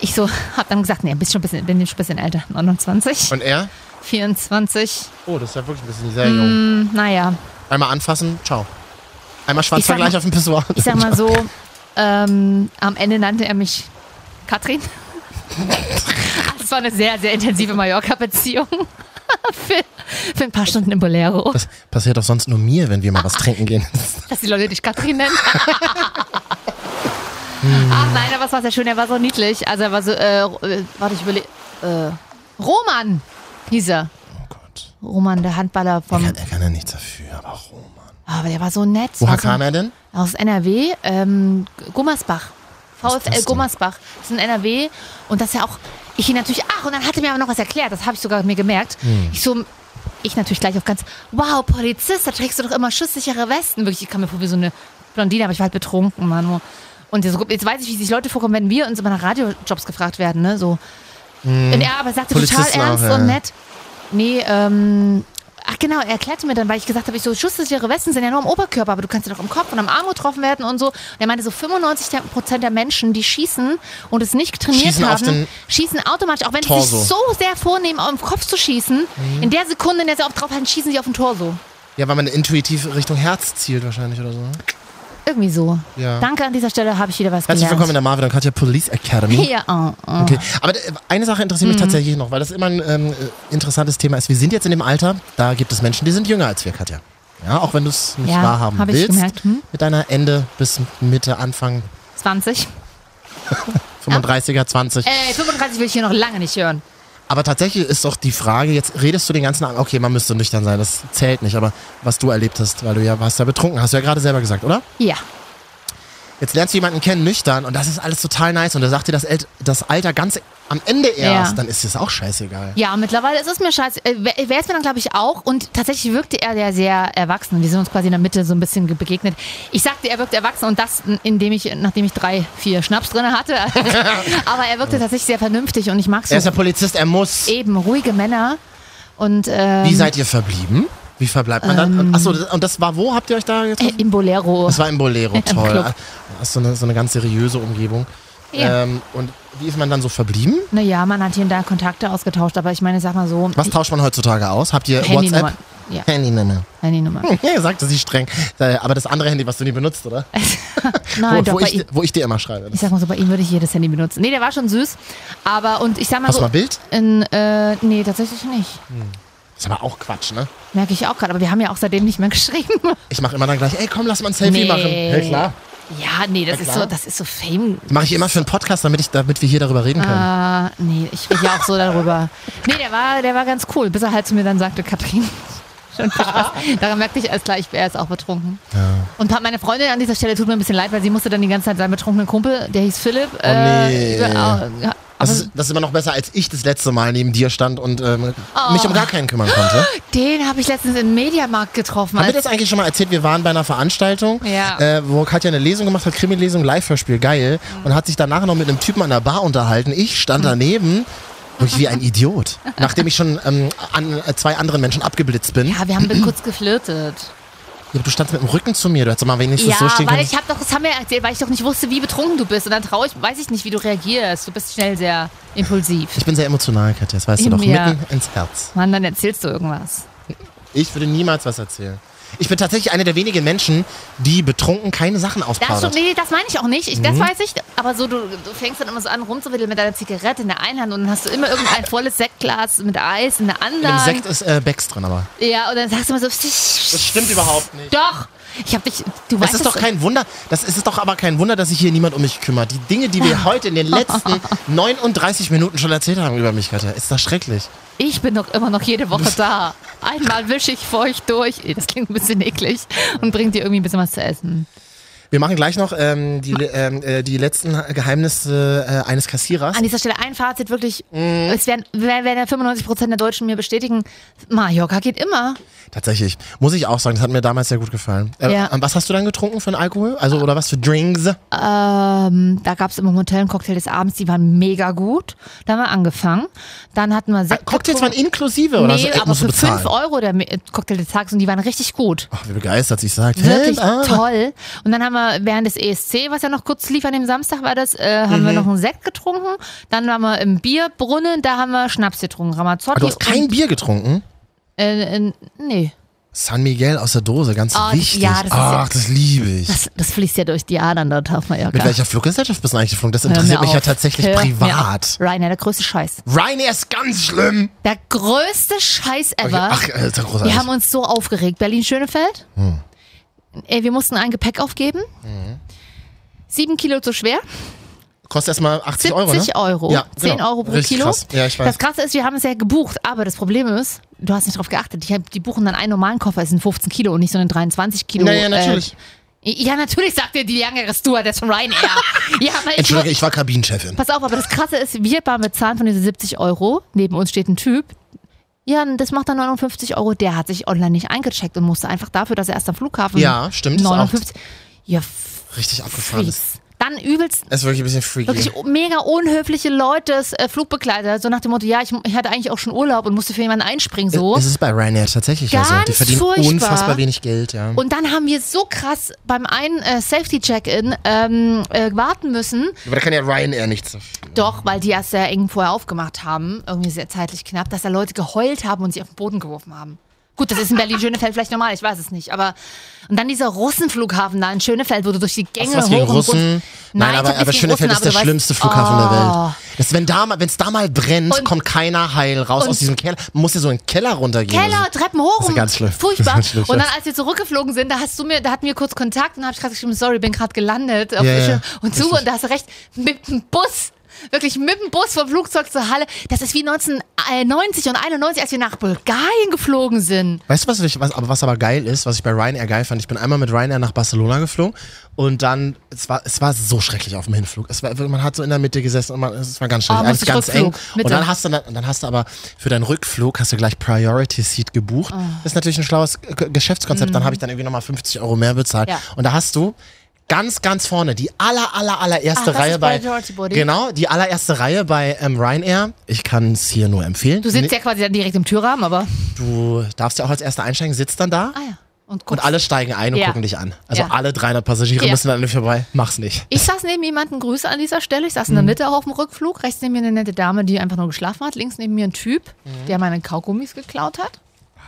S1: Ich so, hab dann gesagt, nee, bist schon ein bisschen, bin schon ein bisschen älter. 29,
S3: Und er?
S1: 24.
S3: Oh, das ist ja wirklich ein bisschen sehr jung.
S1: Hm, naja,
S3: Einmal anfassen, ciao. Einmal
S1: sag
S3: Schwanzvergleich
S1: mal-
S3: auf dem Pissoir.
S1: ich sag mal so, ähm, am Ende nannte er mich Katrin. Das war eine sehr, sehr intensive Mallorca-Beziehung. Für, für ein paar Stunden im Bolero,
S3: Das passiert doch sonst nur mir, wenn wir
S1: Ah,
S3: mal was trinken gehen.
S1: dass die Leute dich Katrin nennen.
S3: Hm.
S1: Ach nein, aber es war sehr schön, er war so niedlich. Also er war so, äh, äh, warte, ich überlege, äh, Roman hieß er.
S3: Oh Gott.
S1: Roman, der Handballer
S3: Er
S1: vom,
S3: kann, er kann ja nichts dafür, aber Roman.
S1: Ah, aber der war so nett.
S3: Woher
S1: war so,
S3: kam er denn?
S1: Aus NRW, ähm, Gummersbach.
S3: ist das
S1: VfL
S3: denn?
S1: Gummersbach. Das ist in NRW. Und das ist ja auch, ich ihn natürlich, ach, und dann hat er mir aber noch was erklärt. Das habe ich sogar mir gemerkt.
S3: Hm.
S1: Ich so, ich natürlich gleich auf ganz, wow, Polizist, da trägst du doch immer schusssichere Westen. Wirklich, ich kam mir vor wie so eine Blondine, aber ich war halt betrunken, Manu. Und so, jetzt weiß ich, wie sich Leute vorkommen, wenn wir uns immer nach Radiojobs gefragt werden, ne, so. Und er aber sagte total
S3: Hm. Polizisten auch,
S1: ernst
S3: ja.
S1: und nett, nee, ähm, Ach genau, er erklärte mir dann, weil ich gesagt habe, ich so, schusssichere Westen sind ja nur am Oberkörper, aber du kannst ja doch am Kopf und am Arm getroffen werden und so. Und er meinte, so 95 Prozent der Menschen, die schießen und es nicht trainiert
S3: Schießen auf
S1: haben,
S3: den
S1: schießen automatisch, auch wenn sie
S3: Torso. Mhm.
S1: sich so sehr vornehmen, auf den Kopf zu schießen, in der Sekunde, in der sie auch draufhalten, schießen sie auf den Torso.
S3: Ja, weil man intuitiv Richtung Herz zielt wahrscheinlich oder so. ne?
S1: Irgendwie so.
S3: Ja.
S1: Danke an dieser Stelle, habe ich wieder was
S3: Herzlich willkommen in
S1: gelernt.
S3: der Marvin und Katja Police Academy.
S1: Ja, oh, oh.
S3: Okay. Aber äh, eine Sache interessiert mich
S1: Mhm.
S3: tatsächlich noch, weil das immer ein ähm, äh, interessantes Thema ist. Wir sind jetzt in dem Alter, da gibt es Menschen, die sind jünger als wir, Katja. Ja, auch wenn du es nicht
S1: Ja,
S3: wahrhaben
S1: hab ich
S3: willst.
S1: gemerkt, hm?
S3: Mit deiner Ende bis Mitte, Anfang
S1: 20.
S3: 35er, 20.
S1: Äh, 35 will ich hier noch lange nicht hören.
S3: Aber tatsächlich ist doch die Frage, jetzt redest du den ganzen Abend, okay, man müsste nüchtern sein, das zählt nicht, aber was du erlebt hast, weil du ja warst ja betrunken, hast du ja gerade selber gesagt, oder?
S1: Ja.
S3: Jetzt lernst du jemanden kennen, nüchtern, und das ist alles total nice, und er sagt dir das, El das Alter ganz am Ende erst,
S1: Ja.
S3: dann ist es auch scheißegal.
S1: Ja, mittlerweile ist es mir scheiße. äh, Wäre es mir dann, glaube ich, auch. Und tatsächlich wirkte er ja sehr erwachsen. Wir sind uns quasi in der Mitte so ein bisschen ge- begegnet. Ich sagte, er wirkte erwachsen und das, n- indem ich, nachdem ich drei, vier Schnaps drin hatte. Aber er wirkte tatsächlich sehr vernünftig und ich mag so
S3: Er ist ja Polizist, er muss.
S1: eben ruhige Männer. Und ähm,
S3: Wie seid ihr verblieben? Wie verbleibt man dann? Und, achso, das- und das war wo? Habt ihr euch da getroffen?
S1: im Bolero.
S3: Das war im Bolero, toll.
S1: Äh,
S3: Ah,
S1: Club.
S3: Das ist so eine, so eine ganz seriöse Umgebung.
S1: Ja.
S3: Ähm, und wie ist man dann so verblieben?
S1: Naja, man hat hier und da Kontakte ausgetauscht, aber ich meine, sag mal so.
S3: Was tauscht man heutzutage aus? Habt ihr
S1: Handynummer.
S3: WhatsApp? Hm.
S1: Ja,
S3: Handynummer.
S1: Handynummer.
S3: Ja, sagte sie streng. Äh, Aber das andere Handy, was du nie benutzt, oder?
S1: Äh, Nein,
S3: wo,
S1: doch,
S3: wo,
S1: bei
S3: ich,
S1: ihm.
S3: wo ich dir immer schreibe.
S1: Ich sag mal so, bei ihm würde ich jedes Handy benutzen. Nee, der war schon süß. Aber, und ich sag mal
S3: Hast
S1: so.
S3: du mal Bild?
S1: In, äh, nee, tatsächlich nicht.
S3: Das ist aber auch Quatsch, ne?
S1: Merke ich auch gerade, aber wir haben ja auch seitdem nicht mehr geschrieben.
S3: Ich mache immer dann gleich, ey, komm, lass mal ein Selfie
S1: Nee.
S3: machen. Ja, klar.
S1: Ja, nee, das ist so, das ist so Fame.
S3: Mache ich immer für einen Podcast, damit, ich, damit wir hier darüber reden können.
S1: Ah, nee, ich rede ja auch so darüber. Nee, der war, der war ganz cool, bis er halt zu mir dann sagte, Katrin. Schon viel Spaß. Daran merkte ich, alles klar, ich wäre jetzt auch betrunken. Und hat meine Freundin an dieser Stelle tut mir ein bisschen leid, weil sie musste dann die ganze Zeit seinen betrunkenen Kumpel, der hieß Philipp,
S3: Oh, nee.
S1: äh, über, äh, ja,
S3: Das
S1: aber
S3: ist, das ist immer noch besser, als ich das letzte Mal neben dir stand und ähm,
S1: Oh.
S3: mich um gar keinen kümmern konnte.
S1: den habe ich letztens im Mediamarkt getroffen.
S3: Haben wir
S1: als-
S3: das eigentlich schon mal erzählt? Wir waren bei einer Veranstaltung,
S1: Ja.
S3: äh, wo Katja eine Lesung gemacht hat, Krimi-Lesung, Live-Hörspiel, geil.
S1: Mhm.
S3: Und hat sich danach noch mit einem Typen an der Bar unterhalten. Ich stand daneben, wirklich wie ein Idiot. Nachdem ich schon ähm, an äh, zwei anderen Menschen abgeblitzt bin.
S1: Ja, wir haben kurz geflirtet.
S3: Ja, du standst mit dem Rücken zu mir. Du hättest doch mal wenigstens
S1: Ja,
S3: so stehen
S1: weil
S3: können.
S1: ich habe doch, das haben wir ja erzählt, weil ich doch nicht wusste, wie betrunken du bist. Und dann traue ich, weiß ich nicht, wie du reagierst. Du bist schnell sehr impulsiv.
S3: Ich bin sehr emotional, Katja. Das weißt du
S1: Eben,
S3: doch.
S1: ja.
S3: Mitten ins Herz.
S1: Mann, dann erzählst du irgendwas.
S3: Ich würde niemals was erzählen. Ich bin tatsächlich einer der wenigen Menschen, die betrunken keine Sachen
S1: Das,
S3: ausplaudert.
S1: nee, das meine ich auch nicht. Ich, das Mhm. weiß ich. Aber so, du, du fängst dann immer so an rumzuwiddeln mit deiner Zigarette in der einen Hand und dann hast du immer irgendein volles Sektglas Ah. mit Eis in der
S3: Im
S1: anderen.
S3: Sekt ist äh, Becks drin, aber.
S1: ja, und dann sagst du immer so.
S3: Das stimmt überhaupt nicht.
S1: Doch! Ich hab dich. Du
S3: Das
S1: weißt
S3: ist doch
S1: dass-
S3: kein Wunder, das ist doch aber kein Wunder, dass sich hier niemand um mich kümmert. Die Dinge, die wir heute in den letzten 39 Minuten schon erzählt haben über mich, Katja, ist das schrecklich.
S1: Ich bin doch immer noch jede Woche da. Einmal wische ich feucht durch. Ey, Das klingt ein bisschen eklig. Und bringt dir irgendwie ein bisschen was zu essen.
S3: Wir machen gleich noch ähm, die, ähm, äh, die letzten Geheimnisse äh, eines Kassierers.
S1: An dieser Stelle ein Fazit wirklich. Es werden, wer- werden ja 95% der Deutschen mir bestätigen, Mallorca geht immer.
S3: Tatsächlich. Muss ich auch sagen, das hat mir damals sehr gut gefallen. Äh,
S1: Ja.
S3: Was hast du dann getrunken für einen Alkohol? Also, oder was für Drinks?
S1: Ähm, da gab es immer im Hotel einen Cocktail des Abends, die waren mega gut. Da haben wir angefangen. Dann hatten wir Sekt
S3: Ah, Cocktails waren
S1: getrunken.
S3: inklusive oder
S1: Nee,
S3: so? Ey,
S1: aber
S3: musst du
S1: für
S3: bezahlen.
S1: 5 Euro der Me- Cocktail des Tages und die waren richtig gut.
S3: Ach, wie begeistert sie sagt.
S1: Wirklich
S3: Hey, ah.
S1: toll. Und dann haben wir während des ESC, was ja noch kurz lief an dem Samstag war das, äh, haben
S3: Mhm.
S1: wir noch einen Sekt getrunken. Dann waren wir im Bierbrunnen, da haben wir Schnaps getrunken. Ramazzotti.
S3: Ah, Du hast kein
S1: und,
S3: Bier getrunken?
S1: äh, äh, Nee.
S3: San Miguel aus der Dose, ganz
S1: Ah,
S3: wichtig.
S1: ja, das ist ja-
S3: Ach, das liebe ich.
S1: Das, das fließt ja durch die Adern dort auf Mallorca.
S3: Mit welcher Fluggesellschaft bist du eigentlich geflogen? Das
S1: Hör mir
S3: interessiert mich ja
S1: auf.
S3: tatsächlich
S1: Hör mir
S3: privat.
S1: auf. Ryanair, der größte Scheiß.
S3: Ryanair ist ganz schlimm.
S1: Der größte Scheiß ever.
S3: Ach, Hm. äh, ist ja großartig.
S1: Wir haben uns so aufgeregt. Berlin-Schönefeld. Ey, wir mussten ein Gepäck aufgeben.
S3: Mhm.
S1: Sieben Kilo zu schwer.
S3: Kostet erstmal 80 Euro, ne?
S1: 70 Euro.
S3: Ja,
S1: 10
S3: genau.
S1: Euro pro
S3: Richtig
S1: Kilo.
S3: Krass. Ja, ich weiß.
S1: Das Krasse ist, wir haben es ja gebucht, aber das Problem ist, du hast nicht drauf geachtet. Ich hab, die buchen dann einen normalen Koffer, ist ein 15 Kilo und nicht so einen 23 Kilo.
S3: naja, natürlich.
S1: Äh, ja, natürlich, sagt dir die jüngere Stewardess von Ryanair. ja, aber ich
S3: Entschuldige, ich war Kabinenchefin.
S1: Pass auf, aber das Krasse ist, wir waren bezahlt von diesen 70 Euro. Neben uns steht ein Typ. Ja, und das macht dann 59 Euro. Der hat sich online nicht eingecheckt und musste einfach dafür, dass er erst am Flughafen.
S3: Ja, stimmt, ist auch
S1: 59. Ja, f-
S3: Richtig abgefahren. Das
S1: fies. Dann übelst
S3: ist wirklich ein bisschen freaky.
S1: wirklich mega unhöfliche Leute, das, äh, Flugbegleiter, so nach dem Motto, ja, ich, ich hatte eigentlich auch schon Urlaub und musste für jemanden einspringen, so.
S3: Es ist bei Ryanair tatsächlich
S1: Ganz
S3: so. Die verdienen
S1: furchtbar.
S3: unfassbar wenig Geld, ja.
S1: Und dann haben wir so krass beim einen äh, Safety-Check-In ähm, äh, warten müssen,
S3: Aber da kann ja Ryanair nichts dafür.
S1: doch, weil die erst sehr eng vorher aufgemacht haben, irgendwie sehr zeitlich knapp, dass da Leute geheult haben und sich auf den Boden geworfen haben. Gut, das ist in Berlin-Schönefeld vielleicht normal, ich weiß es nicht, aber und dann dieser Russenflughafen da in Schönefeld, wo du durch die Gänge
S3: Was gegen
S1: hoch und
S3: Russen?
S1: runter-
S3: Nein,
S1: ich
S3: aber,
S1: hab
S3: aber
S1: nichts gegen
S3: Schönefeld
S1: Russen,
S3: ist der
S1: aber du weißt-
S3: schlimmste Flughafen
S1: Oh.
S3: der Welt. Das, wenn da, mal- wenn's da mal brennt,
S1: Und-
S3: kommt keiner heil raus
S1: und-
S3: aus diesem Keller. Man muss ja so in den Keller runtergehen.
S1: Keller, Treppen hoch.
S3: Das ist
S1: und-
S3: ganz schlimm. Das ist
S1: Furchtbar.
S3: ganz schlimm, ich
S1: und dann,
S3: weiß.
S1: als wir zurückgeflogen sind, da hast du mir, da hatten wir kurz Kontakt und da habe ich gerade geschrieben, sorry, bin gerade gelandet. Auf
S3: Ja,
S1: dem
S3: ja,
S1: Schirm. und zu,
S3: richtig.
S1: und da hast du recht, mit dem Bus. Wirklich mit dem Bus vom Flugzeug zur Halle. Das ist wie 1990 und 91, als wir nach Bulgarien geflogen sind.
S3: Weißt du, was, ich, was, aber, was aber geil ist, was ich bei Ryanair geil fand? Ich bin einmal mit Ryanair nach Barcelona geflogen und dann, es war, es war so schrecklich auf dem Hinflug. Es war, man hat so in der Mitte gesessen und man, es war ganz schön,
S1: Ah,
S3: alles
S1: musste ich
S3: ganz eng.
S1: Rückflug,
S3: Und
S1: Mitte.
S3: dann hast, du, dann, dann hast du aber für deinen Rückflug hast du gleich Priority Seat gebucht.
S1: Ah.
S3: Das ist natürlich ein schlaues G- Geschäftskonzept. Dann habe ich dann irgendwie nochmal 50 Euro mehr bezahlt.
S1: Mhm. Ja.
S3: Und da hast du ganz, ganz vorne die aller, aller, allererste
S1: Ach, Ah, das
S3: Reihe
S1: ist
S3: bei,
S1: Priority Boarding.
S3: genau, die allererste Reihe bei ähm, Ryanair. Ich kann es hier nur empfehlen.
S1: Du sitzt ja quasi dann direkt im Türrahmen, aber.
S3: du darfst ja auch als Erster einsteigen, sitzt dann da.
S1: Ah ja. Und
S3: Und
S1: guck.
S3: alle steigen ein und
S1: Ja.
S3: gucken dich an. Also
S1: Ja.
S3: alle 300 Passagiere
S1: Ja.
S3: müssen an dir vorbei. Mach's nicht.
S1: Ich saß neben jemanden, Grüße an dieser Stelle. Ich saß in der Mitte auch auf dem Rückflug. Rechts neben mir eine nette Dame, die einfach nur geschlafen hat. Links neben mir ein Typ, der meine Kaugummis geklaut hat.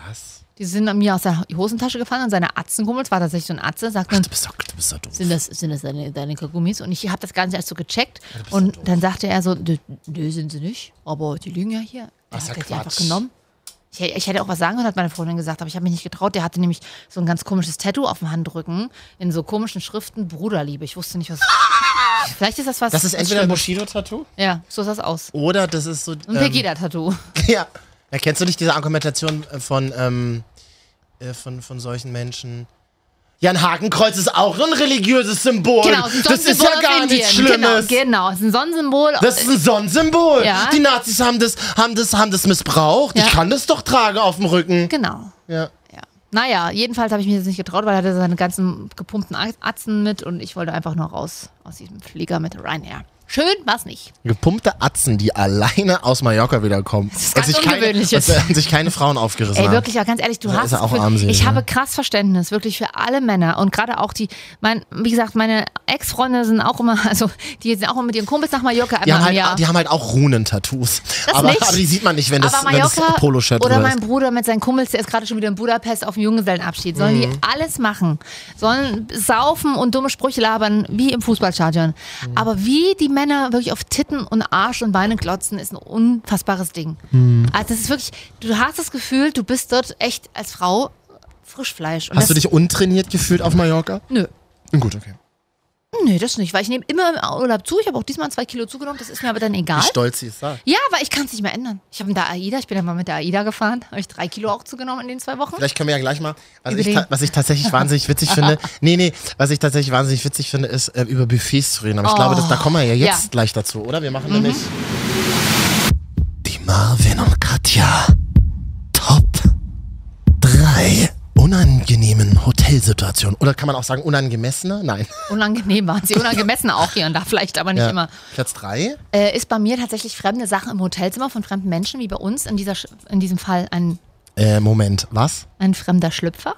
S3: Was?
S1: Die sind an mir aus der Hosentasche gefallen und seine Atzenkumpels war tatsächlich so ein Atze, sagt dann,
S3: Du bist doch, du bist doch doof.
S1: sind das, sind das deine, deine Kaugummis? Und ich habe das gar nicht erst so gecheckt. Und dann sagte er so, nö, nö, sind sie nicht, aber die liegen ja hier. Er
S3: ist ja
S1: hat die
S3: Quatsch.
S1: einfach genommen. Ich, hä- ich hätte auch was sagen können, hat meine Freundin gesagt, aber ich habe mich nicht getraut. Der hatte nämlich so ein ganz komisches Tattoo auf dem Handrücken in so komischen Schriften Bruderliebe. Ich wusste nicht, was. Vielleicht ist das was.
S3: Das ist
S1: was
S3: entweder ein
S1: Schlimmes.
S3: Bushido-Tattoo
S1: Ja, so sah es aus.
S3: oder das ist so. ähm,
S1: Ein Pegida-Tattoo.
S3: Ja. Erkennst du nicht diese Argumentation äh, von, ähm, äh, von, von solchen Menschen? Ja, ein Hakenkreuz ist auch ein religiöses Symbol.
S1: Genau, es ist ein
S3: das ist
S1: Sonnensymbol
S3: ja gar
S1: aus Indien.
S3: nichts Schlimmes.
S1: Genau, genau, es ist ein Sonnensymbol.
S3: Das ist ein Sonnensymbol.
S1: Ja.
S3: Die Nazis haben das, haben das, haben das missbraucht.
S1: Ja.
S3: Ich kann das doch tragen auf dem Rücken.
S1: genau.
S3: Ja.
S1: Ja. Naja, jedenfalls habe ich mich jetzt nicht getraut, weil er hatte seine ganzen gepumpten A- Atzen mit und ich wollte einfach nur raus aus diesem Flieger mit Ryanair. Schön war's nicht.
S3: Gepumpte Atzen, die alleine aus Mallorca wiederkommen. Das
S1: ist ganz ungewöhnlich
S3: Keine,
S1: jetzt.
S3: und, äh, und sich keine Frauen aufgerissen
S1: Ey,
S3: haben.
S1: wirklich, aber ganz ehrlich, du
S3: Also
S1: hast.
S3: ist er auch
S1: für,
S3: armselig,
S1: ich
S3: ne?
S1: habe krass Verständnis, wirklich für alle Männer. Und gerade auch die, mein, wie gesagt, meine Ex-Freunde sind auch immer, also die sind auch immer mit ihren Kumpels nach Mallorca
S3: Die haben,
S1: einmal im Jahr.
S3: halt, die haben halt auch Runen-Tattoos.
S1: Das
S3: Aber,
S1: nicht.
S3: aber die sieht man nicht, wenn das,
S1: aber
S3: wenn das
S1: Mallorca
S3: Polo-Shirt
S1: oder
S3: drüber
S1: mein
S3: ist.
S1: Bruder mit seinen Kumpels, der ist gerade schon wieder in Budapest auf dem Junggesellenabschied. Sollen
S3: Mhm.
S1: die alles machen? Sollen saufen und dumme Sprüche labern, wie im Fußballstadion.
S3: Mhm.
S1: Aber wie die Männer wirklich auf Titten und Arsch und Beine klotzen, ist ein unfassbares Ding.
S3: Mhm.
S1: Also das ist wirklich, du hast das Gefühl, du bist dort echt als Frau Frischfleisch. Und
S3: Hast du
S1: das,
S3: dich untrainiert gefühlt auf Mallorca?
S1: Nö.
S3: Gut, okay.
S1: Nee, das nicht, weil ich nehme immer im Urlaub zu. Ich habe auch diesmal zwei Kilo zugenommen, das ist mir aber dann egal.
S3: Wie stolz sie ist da.
S1: Ja, aber ich kann es nicht mehr ändern. Ich habe mit der AIDA, ich bin ja mal mit der AIDA gefahren, habe ich drei Kilo auch zugenommen in den zwei Wochen.
S3: Vielleicht können wir ja gleich mal, was
S1: Über
S3: ich, ta-
S1: den-
S3: was ich tatsächlich wahnsinnig witzig finde, nee, nee, was ich tatsächlich wahnsinnig witzig finde, ist, äh, über Buffets zu reden. Aber ich glaube, das, da kommen wir ja jetzt
S1: Oh. Ja. Mhm.
S3: gleich dazu, oder? Wir machen nämlich,
S2: Die Marvin und Katja. Top 3.
S3: unangenehmen Hotelsituationen. Oder kann man auch sagen, unangemessene? Nein.
S1: Unangenehm waren sie, unangemessen auch hier und da vielleicht, aber nicht
S3: Ja.
S1: immer.
S3: Platz 3?
S1: Äh, ist bei mir tatsächlich fremde Sachen im Hotelzimmer von fremden Menschen, wie bei uns in, dieser, Sch- in diesem Fall ein,
S3: Äh, Moment, was?
S1: ein fremder Schlüpfer.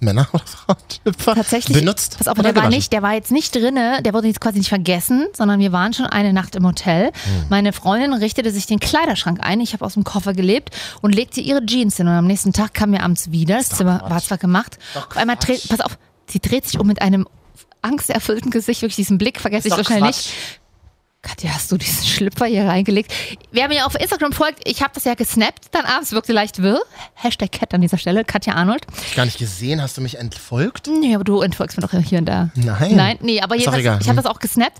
S3: Männer oder Frauen? Schlüpfer?
S1: Tatsächlich.
S3: Benutzt?
S1: Pass auf,
S3: oder
S1: der war,
S3: gewaschen?
S1: nicht, der war jetzt nicht drinne, der wurde jetzt quasi nicht vergessen, sondern wir waren schon eine Nacht im
S3: Hm.
S1: Hotel. Meine Freundin richtete sich den Kleiderschrank ein, ich habe aus dem Koffer gelebt und legte ihre Jeans hin. Und am nächsten Tag kam mir abends wieder, das Zimmer war zwar gemacht, auf einmal dreht, pass auf, sie dreht sich um mit einem angsterfüllten Gesicht, wirklich diesen Blick, vergesse ich so
S3: doch
S1: schnell
S3: Quatsch.
S1: nicht. Katja, hast du diesen Schlüpfer hier reingelegt? Wer mir auf Instagram folgt, ich habe das ja gesnappt, dann abends wirkte leicht wirr. Hashtag Cat an dieser Stelle, Katja Arnold.
S3: Hab ich gar nicht gesehen. Hast du mich entfolgt?
S1: Nee, aber du entfolgst mir doch hier und da.
S3: Nein.
S1: Nein, nee, aber
S3: Ist doch
S1: jedenfalls,
S3: egal. Hm.
S1: ich habe das auch gesnappt.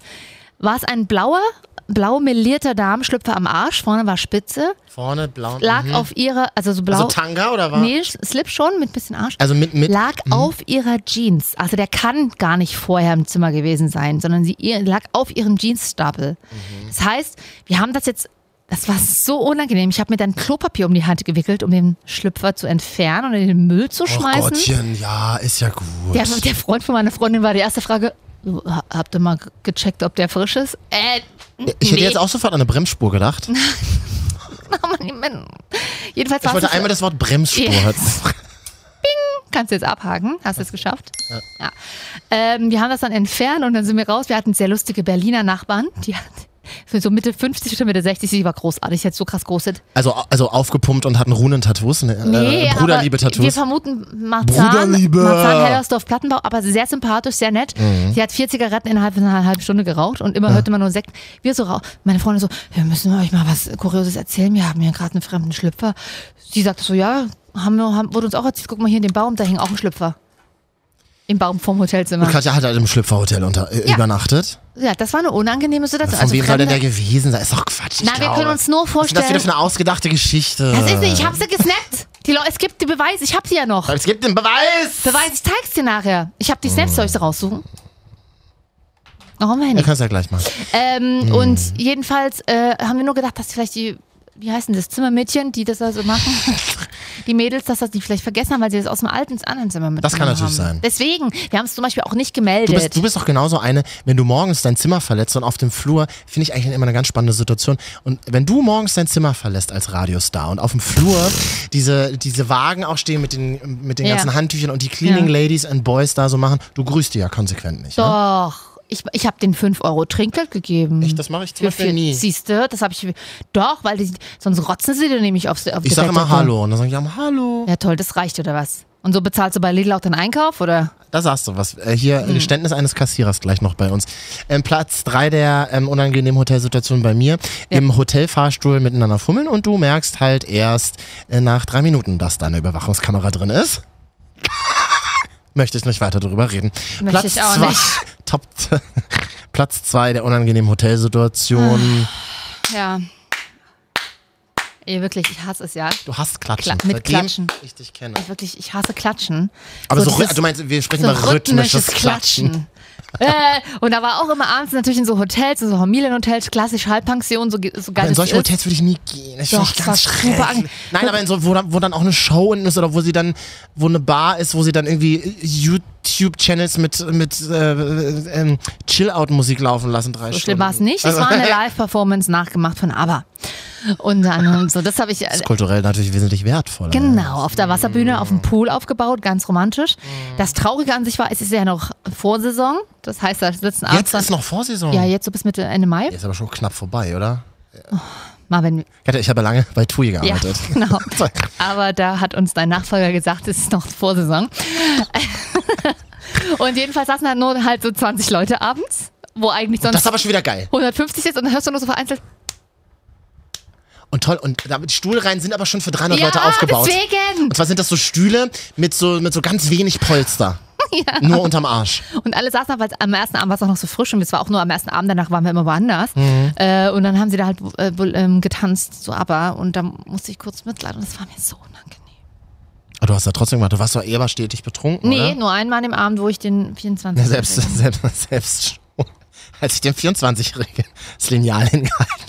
S1: War es ein blauer, blau melierter Damenschlüpfer am Arsch, vorne war Spitze,
S3: Vorne, blau.
S1: lag
S3: mhm.
S1: auf ihrer, also so blau.
S3: Also Tanga oder war?
S1: Nee, Slip schon mit bisschen Arsch.
S3: Also mit, mit.
S1: lag auf ihrer Jeans. Also der kann gar nicht vorher im Zimmer gewesen sein, sondern sie ihr, lag auf ihrem Jeansstapel.
S3: Mhm.
S1: Das heißt, wir haben das jetzt. Das war so unangenehm. Ich habe mir dann Klopapier um die Hand gewickelt, um den Schlüpfer zu entfernen und in den Müll zu
S3: Och
S1: schmeißen.
S3: Oh Gottchen, ja, ist ja gut.
S1: Der, der Freund von meiner Freundin war die erste Frage. "Ha- Habt ihr mal gecheckt, ob der frisch ist? Äh,
S3: ich hätte
S1: nee.
S3: jetzt auch sofort an eine Bremsspur gedacht.
S1: Mann, jedenfalls
S3: Ich
S1: warst
S3: wollte
S1: du-
S3: einmal das Wort Bremsspur.
S1: Yes. kannst du jetzt abhaken. Hast du es geschafft? Ja. Ähm, wir haben das dann entfernt und dann sind wir raus. Wir hatten sehr lustige Berliner Nachbarn. Die hat für so Mitte 50 oder Mitte 60, sie war großartig, sie hat so krass große.
S3: Also, also aufgepumpt und hatten Runen-Tattoos. Ne,
S1: Nee,
S3: äh,
S1: aber Wir
S3: Bruderliebe-Tattoos.
S1: vermuten Marzahn,
S3: Bruderliebe. Mhm.
S1: Marzahn, Hellersdorf, Plattenbau, aber sehr sympathisch, sehr nett. Sie hat vier Zigaretten innerhalb von einer halben Stunde geraucht und immer hörte man nur Sekt. Wir so rauch. Meine Freundin so, wir müssen euch mal was Kurioses erzählen. Wir haben hier gerade einen fremden Schlüpfer. Sie sagte so, ja, haben wir, haben, wurde uns auch erzählt, guck mal hier in den Baum, da hing auch ein Schlüpfer. Im Baum vom Hotelzimmer.
S3: Und Katja hat halt im Schlüpferhotel unter, äh,
S1: Ja.
S3: übernachtet.
S1: Ja, das war eine unangenehme Situation. Also
S3: Von wem soll denn der
S1: Fremde-
S3: gewesen sein? Ist doch Quatsch. ich
S1: Na, wir
S3: glaube.
S1: können uns nur
S3: Was ist das
S1: vorstellen.
S3: wieder für eine ausgedachte Geschichte?
S1: Das ist nicht, ich habe sie gesnappt. Die Leute, es gibt die Beweise, ich habe sie ja noch.
S3: es gibt den Beweis!
S1: Beweis, ich zeig's dir nachher. Ich hab die Snaps, soll ich sie raussuchen? Oh mein
S3: Wir können es ja Hm. gleich machen.
S1: ähm, Und jedenfalls äh, haben wir nur gedacht, dass vielleicht die, wie heißen das, Zimmermädchen, die das da so machen, die Mädels, dass das die vielleicht vergessen haben, weil sie das aus dem alten ins anderen Zimmer mitgenommen
S3: Das kann natürlich
S1: haben.
S3: sein.
S1: Deswegen, wir haben es zum Beispiel auch nicht
S3: Du
S1: gemeldet.
S3: bist, ne? du bist doch genauso eine, wenn du morgens dein Zimmer verlässt und auf dem Flur, finde ich eigentlich immer eine ganz spannende Situation. Und wenn du morgens dein Zimmer verlässt als Radiostar und auf dem Flur diese, diese Wagen auch stehen mit den, mit den
S1: Ja.
S3: ganzen Handtüchern und die Cleaning
S1: Ja.
S3: Ladies and Boys da so machen, du grüßt die ja konsequent nicht. Ne?
S1: Doch, ich, ich habe den 5 Euro Trinkgeld gegeben.
S3: Echt, das mache ich zum Beispiel nie.
S1: Siehst du, das habe ich. Doch, weil die, sonst rotzen sie dir nämlich aufs auf die
S3: Ich sage immer
S1: Bettdecke.
S3: Hallo und dann sagen die immer Hallo.
S1: Ja, toll, das reicht oder was? Und so bezahlst du bei Lidl auch den Einkauf oder?
S3: Da sagst du was. Äh, hier,
S1: Hm.
S3: Geständnis eines Kassierers gleich noch bei uns. Ähm, Platz drei der ähm, unangenehmen Hotelsituation bei mir. Im Hotelfahrstuhl miteinander fummeln und du merkst halt erst äh, nach drei Minuten, dass da eine Überwachungskamera drin ist. Möchte ich nicht weiter darüber reden.
S1: Möchte ich auch
S3: zwei,
S1: nicht.
S3: Top, Platz zwei der unangenehmen Hotelsituation.
S1: Ah. Ja. Ey, wirklich, ich hasse es ja.
S3: Du hast Klatschen.
S1: Kla- mit
S3: Seitdem
S1: Klatschen.
S3: Ich dich kenne.
S1: Ich wirklich, ich hasse Klatschen.
S3: Aber so, rhy-
S1: dieses-
S3: du meinst, wir sprechen
S1: so
S3: über rhythmisches Klatschen.
S1: Äh, und da war auch immer abends natürlich in so Hotels, in so Familienhotels, klassisch Halbpension, so, ge- so geil
S3: Aber in
S1: das
S3: solche
S1: ist.
S3: Hotels würde ich nie gehen. Das finde
S1: Doch,
S3: ich ganz
S1: das war
S3: schrecklich.
S1: super an-
S3: Nein, aber in so, wo, dann- wo dann auch eine Show unten ist oder wo sie dann, wo eine Bar ist, wo sie dann irgendwie äh, YouTube-Channels mit, mit äh, ähm, Chill-Out-Musik laufen lassen, drei
S1: So schlimm
S3: Stunden.
S1: war es nicht. Es war
S3: Also.
S1: eine Live-Performance nachgemacht von ABBA. Unter anderem so. Das habe ich. äh,
S3: Ist kulturell natürlich wesentlich wertvoller.
S1: Genau, auf der Wasserbühne, auf dem Pool aufgebaut, ganz romantisch. Das Traurige an sich war, es ist ja noch Vorsaison. Das heißt, das letzten Abend.
S3: Jetzt ist noch Vorsaison.
S1: ja, jetzt so bis Mitte, Ende Mai.
S3: Ist aber schon knapp vorbei, oder?
S1: Marvin,
S3: Ich hatte- Ich habe lange bei TUI
S1: ja,
S3: gearbeitet.
S1: genau. Aber da hat uns dein Nachfolger gesagt, es ist noch Vorsaison. und jedenfalls saßen da nur halt so 20 Leute abends, wo eigentlich
S3: Das ist
S1: sonst
S3: aber schon wieder geil.
S1: 150 sitzt und dann hörst du nur so vereinzelt.
S3: Und toll. Und damit Stuhlreihen sind aber schon für 300
S1: ja,
S3: Leute aufgebaut.
S1: deswegen!
S3: Und zwar sind das so Stühle mit so, mit so ganz wenig Polster. Nur unterm Arsch.
S1: Und alle saßen da, weil am ersten Abend war es auch noch so frisch und es war auch nur am ersten Abend, danach waren wir immer woanders.
S3: Mhm.
S1: Äh, und dann haben sie da halt äh, wohl, ähm, getanzt, so aber und da musste ich kurz mitleiden und das war mir so unangenehm.
S3: Aber du hast ja trotzdem gemacht, du warst doch eh aber stetig betrunken,
S1: Nee,
S3: oder?
S1: nur einmal an dem Abend, wo ich den 24.
S3: Ja, selbst, selbst, selbst schon. Als ich den 24-Jährigen das Lineal hingehalten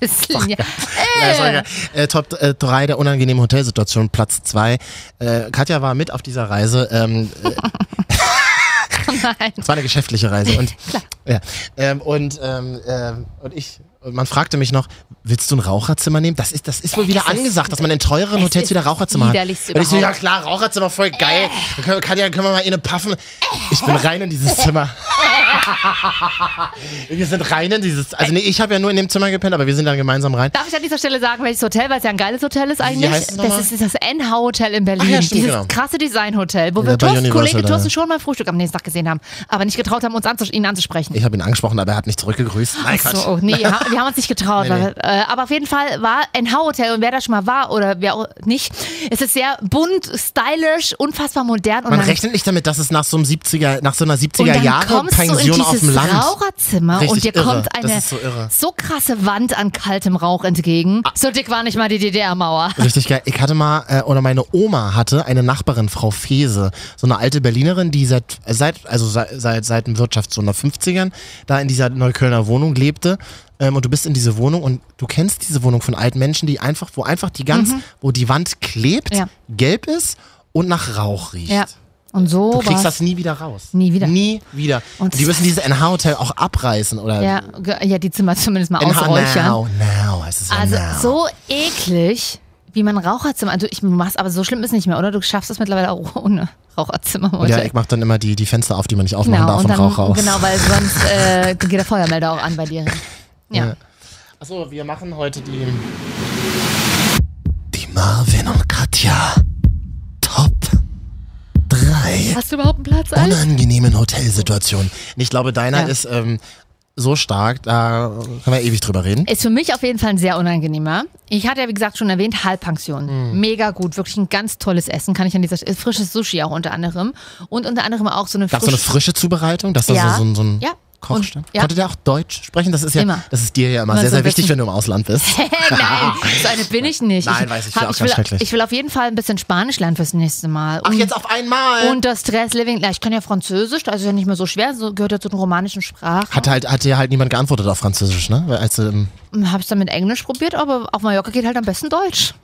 S1: Bisschen, ja.
S3: Ja, das war geil. äh, Top 3 der unangenehmen Hotelsituation, Platz 2. Äh, Katja war mit auf dieser Reise. Ähm, äh,
S1: Nein.
S3: Es war eine geschäftliche Reise. Und, ja, ähm, und, ähm, ähm, und ich. Und man fragte mich noch, willst du ein Raucherzimmer nehmen? Das ist, das ist wohl wieder angesagt, dass man in teureren Hotels
S1: äh, ist
S3: wieder Raucherzimmer hat. Und ich
S1: widerlichst
S3: so, ja
S1: überhaupt. Äh.
S3: klar, Raucherzimmer voll geil. Dann können, kann ja, können wir mal innen puffen. Ich bin rein in dieses Zimmer. wir sind rein in dieses, also nee, ich habe ja nur in dem Zimmer gepennt, aber wir sind dann gemeinsam rein.
S1: Darf ich an dieser Stelle sagen, welches Hotel, weil es ja ein geiles Hotel ist eigentlich?
S3: heißt es nochmal?
S1: das ist das NH-Hotel in Berlin.
S3: Ach ja, stimmt,
S1: Dieses
S3: genau.
S1: krasse Designhotel, wo wir
S3: bei
S1: Thorsten,
S3: Universal
S1: Kollege
S3: da,
S1: Thorsten
S3: ja.
S1: schon mal Frühstück am nächsten Tag gesehen haben, aber nicht getraut haben, uns anzus ihn anzusprechen.
S3: Ich habe ihn angesprochen, aber er hat nicht zurückgegrüßt. Nein,
S1: Ach
S3: Quatsch.
S1: so, oh, nee, ha- wir haben uns nicht getraut.
S3: Nee, nee.
S1: weil wir- Äh, aber auf jeden Fall war ein Hau-Hotel und wer da schon mal war oder wer auch nicht, es ist sehr bunt, stylisch, unfassbar modern und
S3: Man
S1: dann,
S3: rechnet nicht damit, dass es nach so einem 70er, nach so einer
S1: oh und
S3: 70er
S1: dann
S3: Jahre
S1: kommst du in
S3: Pension auf dem
S1: dieses
S3: Land.
S1: Raucherzimmer
S3: Richtig
S1: und dir
S3: irre.
S1: kommt
S3: Das
S1: eine
S3: ist so irre. Ah.
S1: krasse Wand an kaltem Rauch entgegen. So dick war nicht mal die DDR-Mauer.
S3: Richtig geil. Ich hatte mal, äh, oder meine Oma hatte eine Nachbarin, Frau Fese, so eine alte Berlinerin, die seit, äh, seit also seit, seit, seit dem Wirtschaft so in den 50ern, da in dieser Neuköllner Wohnung lebte. Ähm, und du bist in diese Wohnung und du kennst diese Wohnung von alten Menschen, die einfach, wo einfach die ganz, wo die Wand klebt,
S1: Mhm. Ja.
S3: gelb ist und nach Rauch riecht.
S1: Ja. Und so
S3: Du kriegst
S1: war's.
S3: das nie wieder raus.
S1: Nie wieder.
S3: Nie wieder.
S1: Und
S3: Und die
S1: das-
S3: müssen dieses NH-Hotel auch abreißen oder
S1: ja, ge- ja, die Zimmer zumindest mal
S3: NH
S1: ausräuchern.
S3: now, now heißt es ja
S1: Also
S3: now.
S1: so eklig, wie man Raucherzimmer. Also ich mach's, aber so schlimm ist nicht mehr, oder? Du schaffst es mittlerweile auch ohne Raucherzimmer.
S3: Und ja,
S1: heute.
S3: ich mach dann immer die, die Fenster auf, die man nicht aufmachen
S1: genau, und
S3: darf und
S1: dann,
S3: Rauch raus.
S1: genau, weil sonst äh, geht der Feuermelder auch an bei dir. Ja.
S3: Achso, wir machen heute die.
S2: Die Marvin und Katja. Top 3
S1: Hast du überhaupt einen Platz, Alter?
S3: Unangenehmen Hotelsituationen. Ich glaube, deiner
S1: Ja.
S3: ist ähm, so stark, da können wir ewig drüber reden.
S1: Ist für mich auf jeden Fall ein sehr unangenehmer. Ich hatte ja, wie gesagt, schon erwähnt, Halbpension. Mega gut, wirklich ein ganz tolles Essen. Kann ich an dieser Stelle. Frisches Sushi auch unter anderem. Und unter anderem auch so eine
S3: Gab es so eine
S1: frische. also
S3: frische Zubereitung, dass da
S1: Ja.
S3: so, so, ein- so ein
S1: Ja.
S3: Koch
S1: Und-
S3: stand?
S1: ja.
S3: Konnte der auch Deutsch sprechen? Das ist ja,
S1: Immer.
S3: das ist dir ja immer
S1: Immer
S3: sehr,
S1: so
S3: sehr
S1: ein
S3: wichtig,
S1: bisschen-
S3: wenn du im Ausland bist.
S1: Nein, so eine bin ich nicht.
S3: Nein, weiß ich,
S1: hab-
S3: auch ganz
S1: ich, will,
S3: schrecklich.
S1: ich will auf jeden Fall ein bisschen Spanisch lernen fürs nächste Mal.
S3: Ach,
S1: Und-
S3: jetzt äh, auf einmal!
S1: Und das Stress Living, ja, ich kann ja Französisch, das ist ja nicht mehr so schwer, so gehört ja zu den romanischen Sprachen.
S3: Hat halt, hat dir halt niemand geantwortet auf Französisch, ne? Weil Als du ähm,
S1: Habe ich Hm, dann mit Englisch probiert, aber auf Mallorca geht halt am besten Deutsch.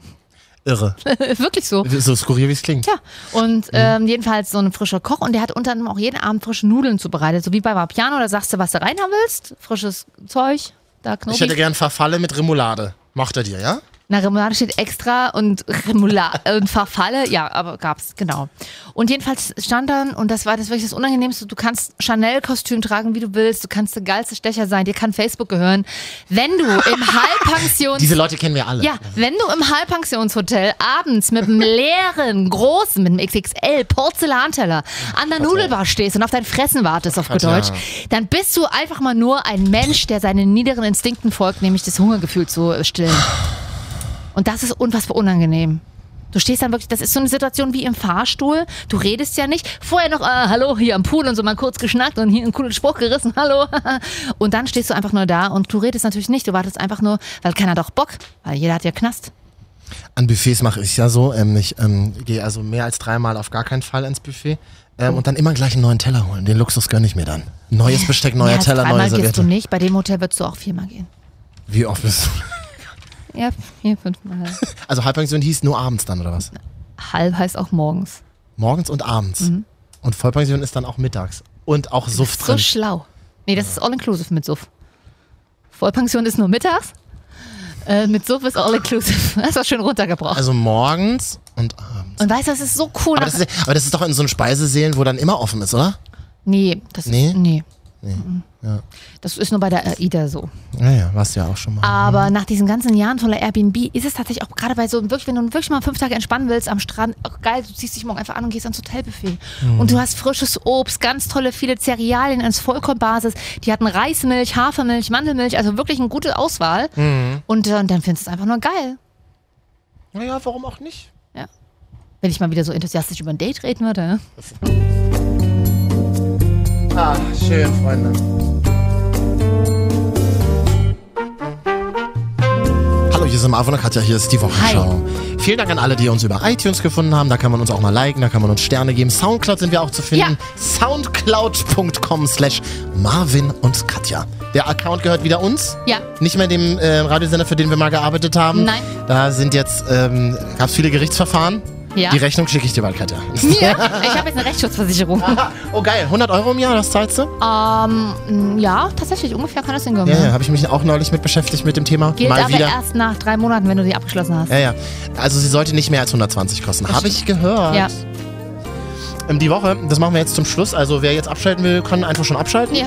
S3: irre.
S1: Wirklich so.
S3: so skurril, wie es klingt.
S1: Ja,
S3: Mhm.
S1: und ähm, jedenfalls so ein frischer Koch und der hat unter anderem auch jeden Abend frische Nudeln zubereitet, so wie bei Vapiano, da sagst du, was du reinhaben willst, frisches Zeug, da
S3: Ich hätte
S1: Knoblauch.
S3: gern Verfalle mit Remoulade. Macht er dir, ja?
S1: Na, Remoulade steht extra und Remoulade äh, und Verfalle, ja, aber gab's, genau. Und jedenfalls stand dann, und das war das wirklich das Unangenehmste, du kannst Chanel-Kostüm tragen, wie du willst, du kannst der geilste Stecher sein, dir kann Facebook gehören. Wenn du im Halbpension
S3: Diese Leute kennen wir alle.
S1: Ja, wenn du im Halbpensionshotel abends mit einem leeren, großen, mit einem XXL Porzellanteller an der Nudelbar stehst und auf dein Fressen wartest, auf gut
S3: ja.
S1: Deutsch, dann bist du einfach mal nur ein Mensch, der seinen niederen Instinkten folgt, nämlich das Hungergefühl zu stillen. Und das ist unfassbar unangenehm. Du stehst dann wirklich, das ist so eine Situation wie im Fahrstuhl. Du redest ja nicht. Vorher noch, äh, hallo, hier am Pool und so mal kurz geschnackt und hier einen coolen Spruch gerissen, hallo. und dann stehst du einfach nur da und du redest natürlich nicht. Du wartest einfach nur, weil keiner hat doch Bock, weil jeder hat ja Knast.
S3: An Buffets mache ich ja so. Ähm, ich ähm, gehe also mehr als dreimal auf gar keinen Fall ins Buffet. Ähm, und dann immer gleich einen neuen Teller holen. Den Luxus gönne ich mir dann. Neues Besteck, neuer
S1: Mehr als
S3: Teller, neue
S1: dreimal gehst du
S3: Serviette.
S1: nicht. Bei dem Hotel würdest du auch viermal gehen.
S3: Wie oft bist du?
S1: Ja, vier, fünfmal.
S3: Also Halbpension hieß nur abends dann, oder was?
S1: Halb heißt auch morgens.
S3: Morgens und abends. Und Vollpension ist dann auch mittags. Und auch Suff
S1: So
S3: drin.
S1: schlau. Nee, das ist all-inclusive mit Suff. Vollpension ist nur mittags. Äh, mit Suff ist all-inclusive. Das war schön runtergebraucht.
S3: Also morgens und abends.
S1: Und weißt du, das ist so cool.
S3: Also- Aber das, ist, aber das ist doch in so einem Speisesälen, wo dann immer offen ist, oder?
S1: nee, das
S3: Nee?
S1: ist. Nee.
S3: Nee.
S1: Mhm. Das ist nur bei der AIDA so.
S3: Naja, warst du ja auch schon mal.
S1: Aber nach diesen ganzen Jahren voller Airbnb ist es tatsächlich auch gerade bei so, wirklich, wenn du wirklich mal fünf Tage entspannen willst am Strand, auch geil, du ziehst dich morgen einfach an und gehst ans Hotelbuffet.
S3: Mhm.
S1: Und du hast frisches Obst, ganz tolle, viele Cerealien als Vollkornbasis. Die hatten Reismilch, Hafermilch, Mandelmilch, also wirklich eine gute Auswahl.
S3: Mhm.
S1: Und, äh, und dann findest du es einfach nur geil.
S3: Naja, warum auch nicht?
S1: Wenn ich mal wieder so enthusiastisch über ein Date reden würde. ne?
S3: Ah, schön, Freunde. Hallo, hier ist Marvin und Katja, hier ist die Wochenschau. Vielen Dank an alle, die uns über iTunes gefunden haben. Da kann man uns auch mal liken, da kann man uns Sterne geben. Soundcloud sind wir auch zu finden. Soundcloud.com slash Marvin und Katja. Der Account gehört wieder uns.
S1: Ja.
S3: Nicht mehr dem äh, Radiosender, für den wir mal gearbeitet haben.
S1: Nein.
S3: Da sind jetzt, ähm, gab es viele Gerichtsverfahren.
S1: Ja.
S3: Die Rechnung schicke ich dir bald, Katja.
S1: Ja, ich habe jetzt eine Rechtsschutzversicherung.
S3: oh geil, 100 Euro im Jahr, das zahlst du?
S1: ähm, ja, tatsächlich, ungefähr kann das hingehen.
S3: Ja, ja, habe ich mich auch neulich mit beschäftigt mit dem Thema.
S1: Gilt
S3: Mal
S1: aber
S3: wieder.
S1: erst nach drei Monaten, wenn du die abgeschlossen hast.
S3: Ja, ja. Also sie sollte nicht mehr als 120 kosten. Habe ich gehört.
S1: Ja.
S3: Ähm, Die Woche, das machen wir jetzt zum Schluss. Also wer jetzt abschalten will, kann einfach schon abschalten.
S1: Ja.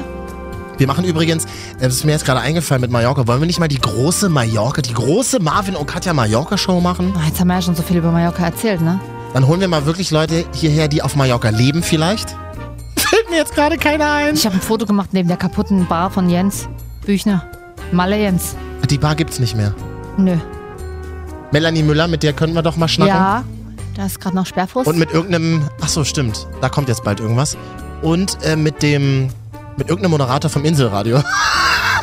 S3: Wir machen übrigens, äh, das ist mir jetzt gerade eingefallen mit Mallorca, wollen wir nicht mal die große Mallorca, die große Marvin und Katja Mallorca Show machen?
S1: Oh, jetzt haben wir ja schon so viel über Mallorca erzählt, ne?
S3: Dann holen wir mal wirklich Leute hierher, die auf Mallorca leben vielleicht. Fällt mir jetzt gerade keiner ein.
S1: Ich habe ein Foto gemacht neben der kaputten Bar von Jens Büchner. Malle Jens.
S3: Die Bar gibt's nicht mehr.
S1: Nö.
S3: Melanie Müller, mit der könnten wir doch mal schnacken.
S1: Ja, da ist gerade noch Sperrfrust.
S3: Und mit irgendeinem. Ach so, stimmt. Da kommt jetzt bald irgendwas. Und äh, mit dem. Mit irgendeinem Moderator vom Inselradio.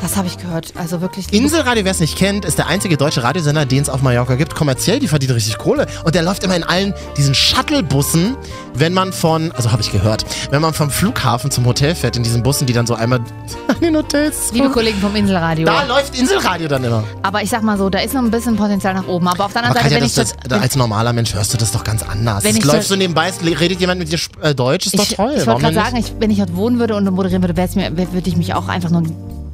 S1: das habe ich gehört. Also wirklich.
S3: Inselradio, wer es nicht kennt, ist der einzige deutsche Radiosender, den es auf Mallorca gibt. Kommerziell, die verdienen richtig Kohle. Und der läuft immer in allen diesen Shuttlebussen, wenn man von, also habe ich gehört, wenn man vom Flughafen zum Hotel fährt, in diesen Bussen, die dann so einmal an den Hotels.
S1: Liebe Kollegen vom Inselradio.
S3: Da läuft Inselradio dann immer.
S1: Aber ich sag mal so, da ist noch ein bisschen Potenzial nach oben. Aber auf der
S3: Aber
S1: anderen Seite,
S3: Katja,
S1: wenn
S3: das,
S1: ich
S3: das,
S1: das-
S3: da als normaler Mensch hörst du das doch ganz anders.
S1: Wenn
S3: Es
S1: ich
S3: läuft
S1: so-
S3: so nebenbei, es redet jemand mit dir Sp- äh, Deutsch, ist
S1: ich,
S3: doch
S1: ich
S3: toll.
S1: wollte
S3: Warum
S1: gerade
S3: denn nicht?
S1: sagen, ich, wenn ich dort wohnen würde und moderieren würde, wär's mir- wär- würde ich mich auch einfach nur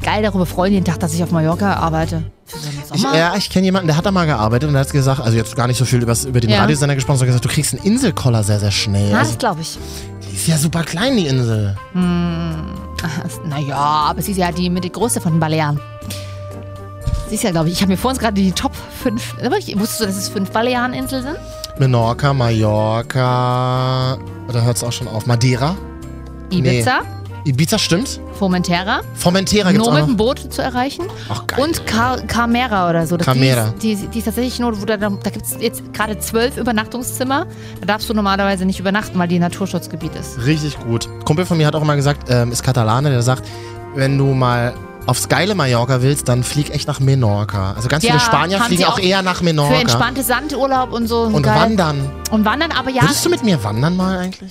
S1: geil darüber freuen, jeden Tag, dass ich auf Mallorca arbeite. Für so einen
S3: Ich,
S1: Sommer.
S3: ja, ich kenne jemanden, der hat da mal gearbeitet und der hat gesagt, also jetzt gar nicht so viel übers, über den
S1: Ja.
S3: Radiosender gesprochen, sondern gesagt, du kriegst einen Inselkoller sehr, sehr schnell.
S1: Na,
S3: Also,
S1: das glaube ich.
S3: die ist ja super klein, die Insel.
S1: Naja, aber sie ist ja die mit der größte von den Balearen. Sie ist ja, glaube ich, ich habe mir vor uns gerade die Top 5. Wusstest du, dass es fünf Baleareninseln sind?
S3: Menorca, Mallorca, da hört es auch schon auf. Madeira,
S1: Ibiza,
S3: Ibiza stimmt.
S1: Formentera,
S3: Formentera gibt's
S1: nur mit
S3: auch
S1: dem
S3: noch.
S1: Boot zu erreichen.
S3: Ach, geil.
S1: Und Car Carmera oder so. Das-
S3: Carmera.
S1: Die, ist- die, die ist tatsächlich nur, wo da, da gibt es jetzt gerade zwölf Übernachtungszimmer. Da darfst du normalerweise nicht übernachten, weil die Naturschutzgebiet ist.
S3: Richtig gut. Kumpel von mir hat auch immer gesagt, ähm, ist Katalane, der sagt, wenn du mal aufs geile Mallorca willst, dann flieg echt nach Menorca. Also ganz
S1: Ja,
S3: viele Spanier
S1: haben
S3: fliegen
S1: sie
S3: auch,
S1: auch
S3: eher nach
S1: Für
S3: Menorca.
S1: entspannte Sandurlaub und so.
S3: Oh, Und
S1: geil.
S3: wandern.
S1: Und wandern, aber ja.
S3: Würdest du mit mir wandern mal eigentlich?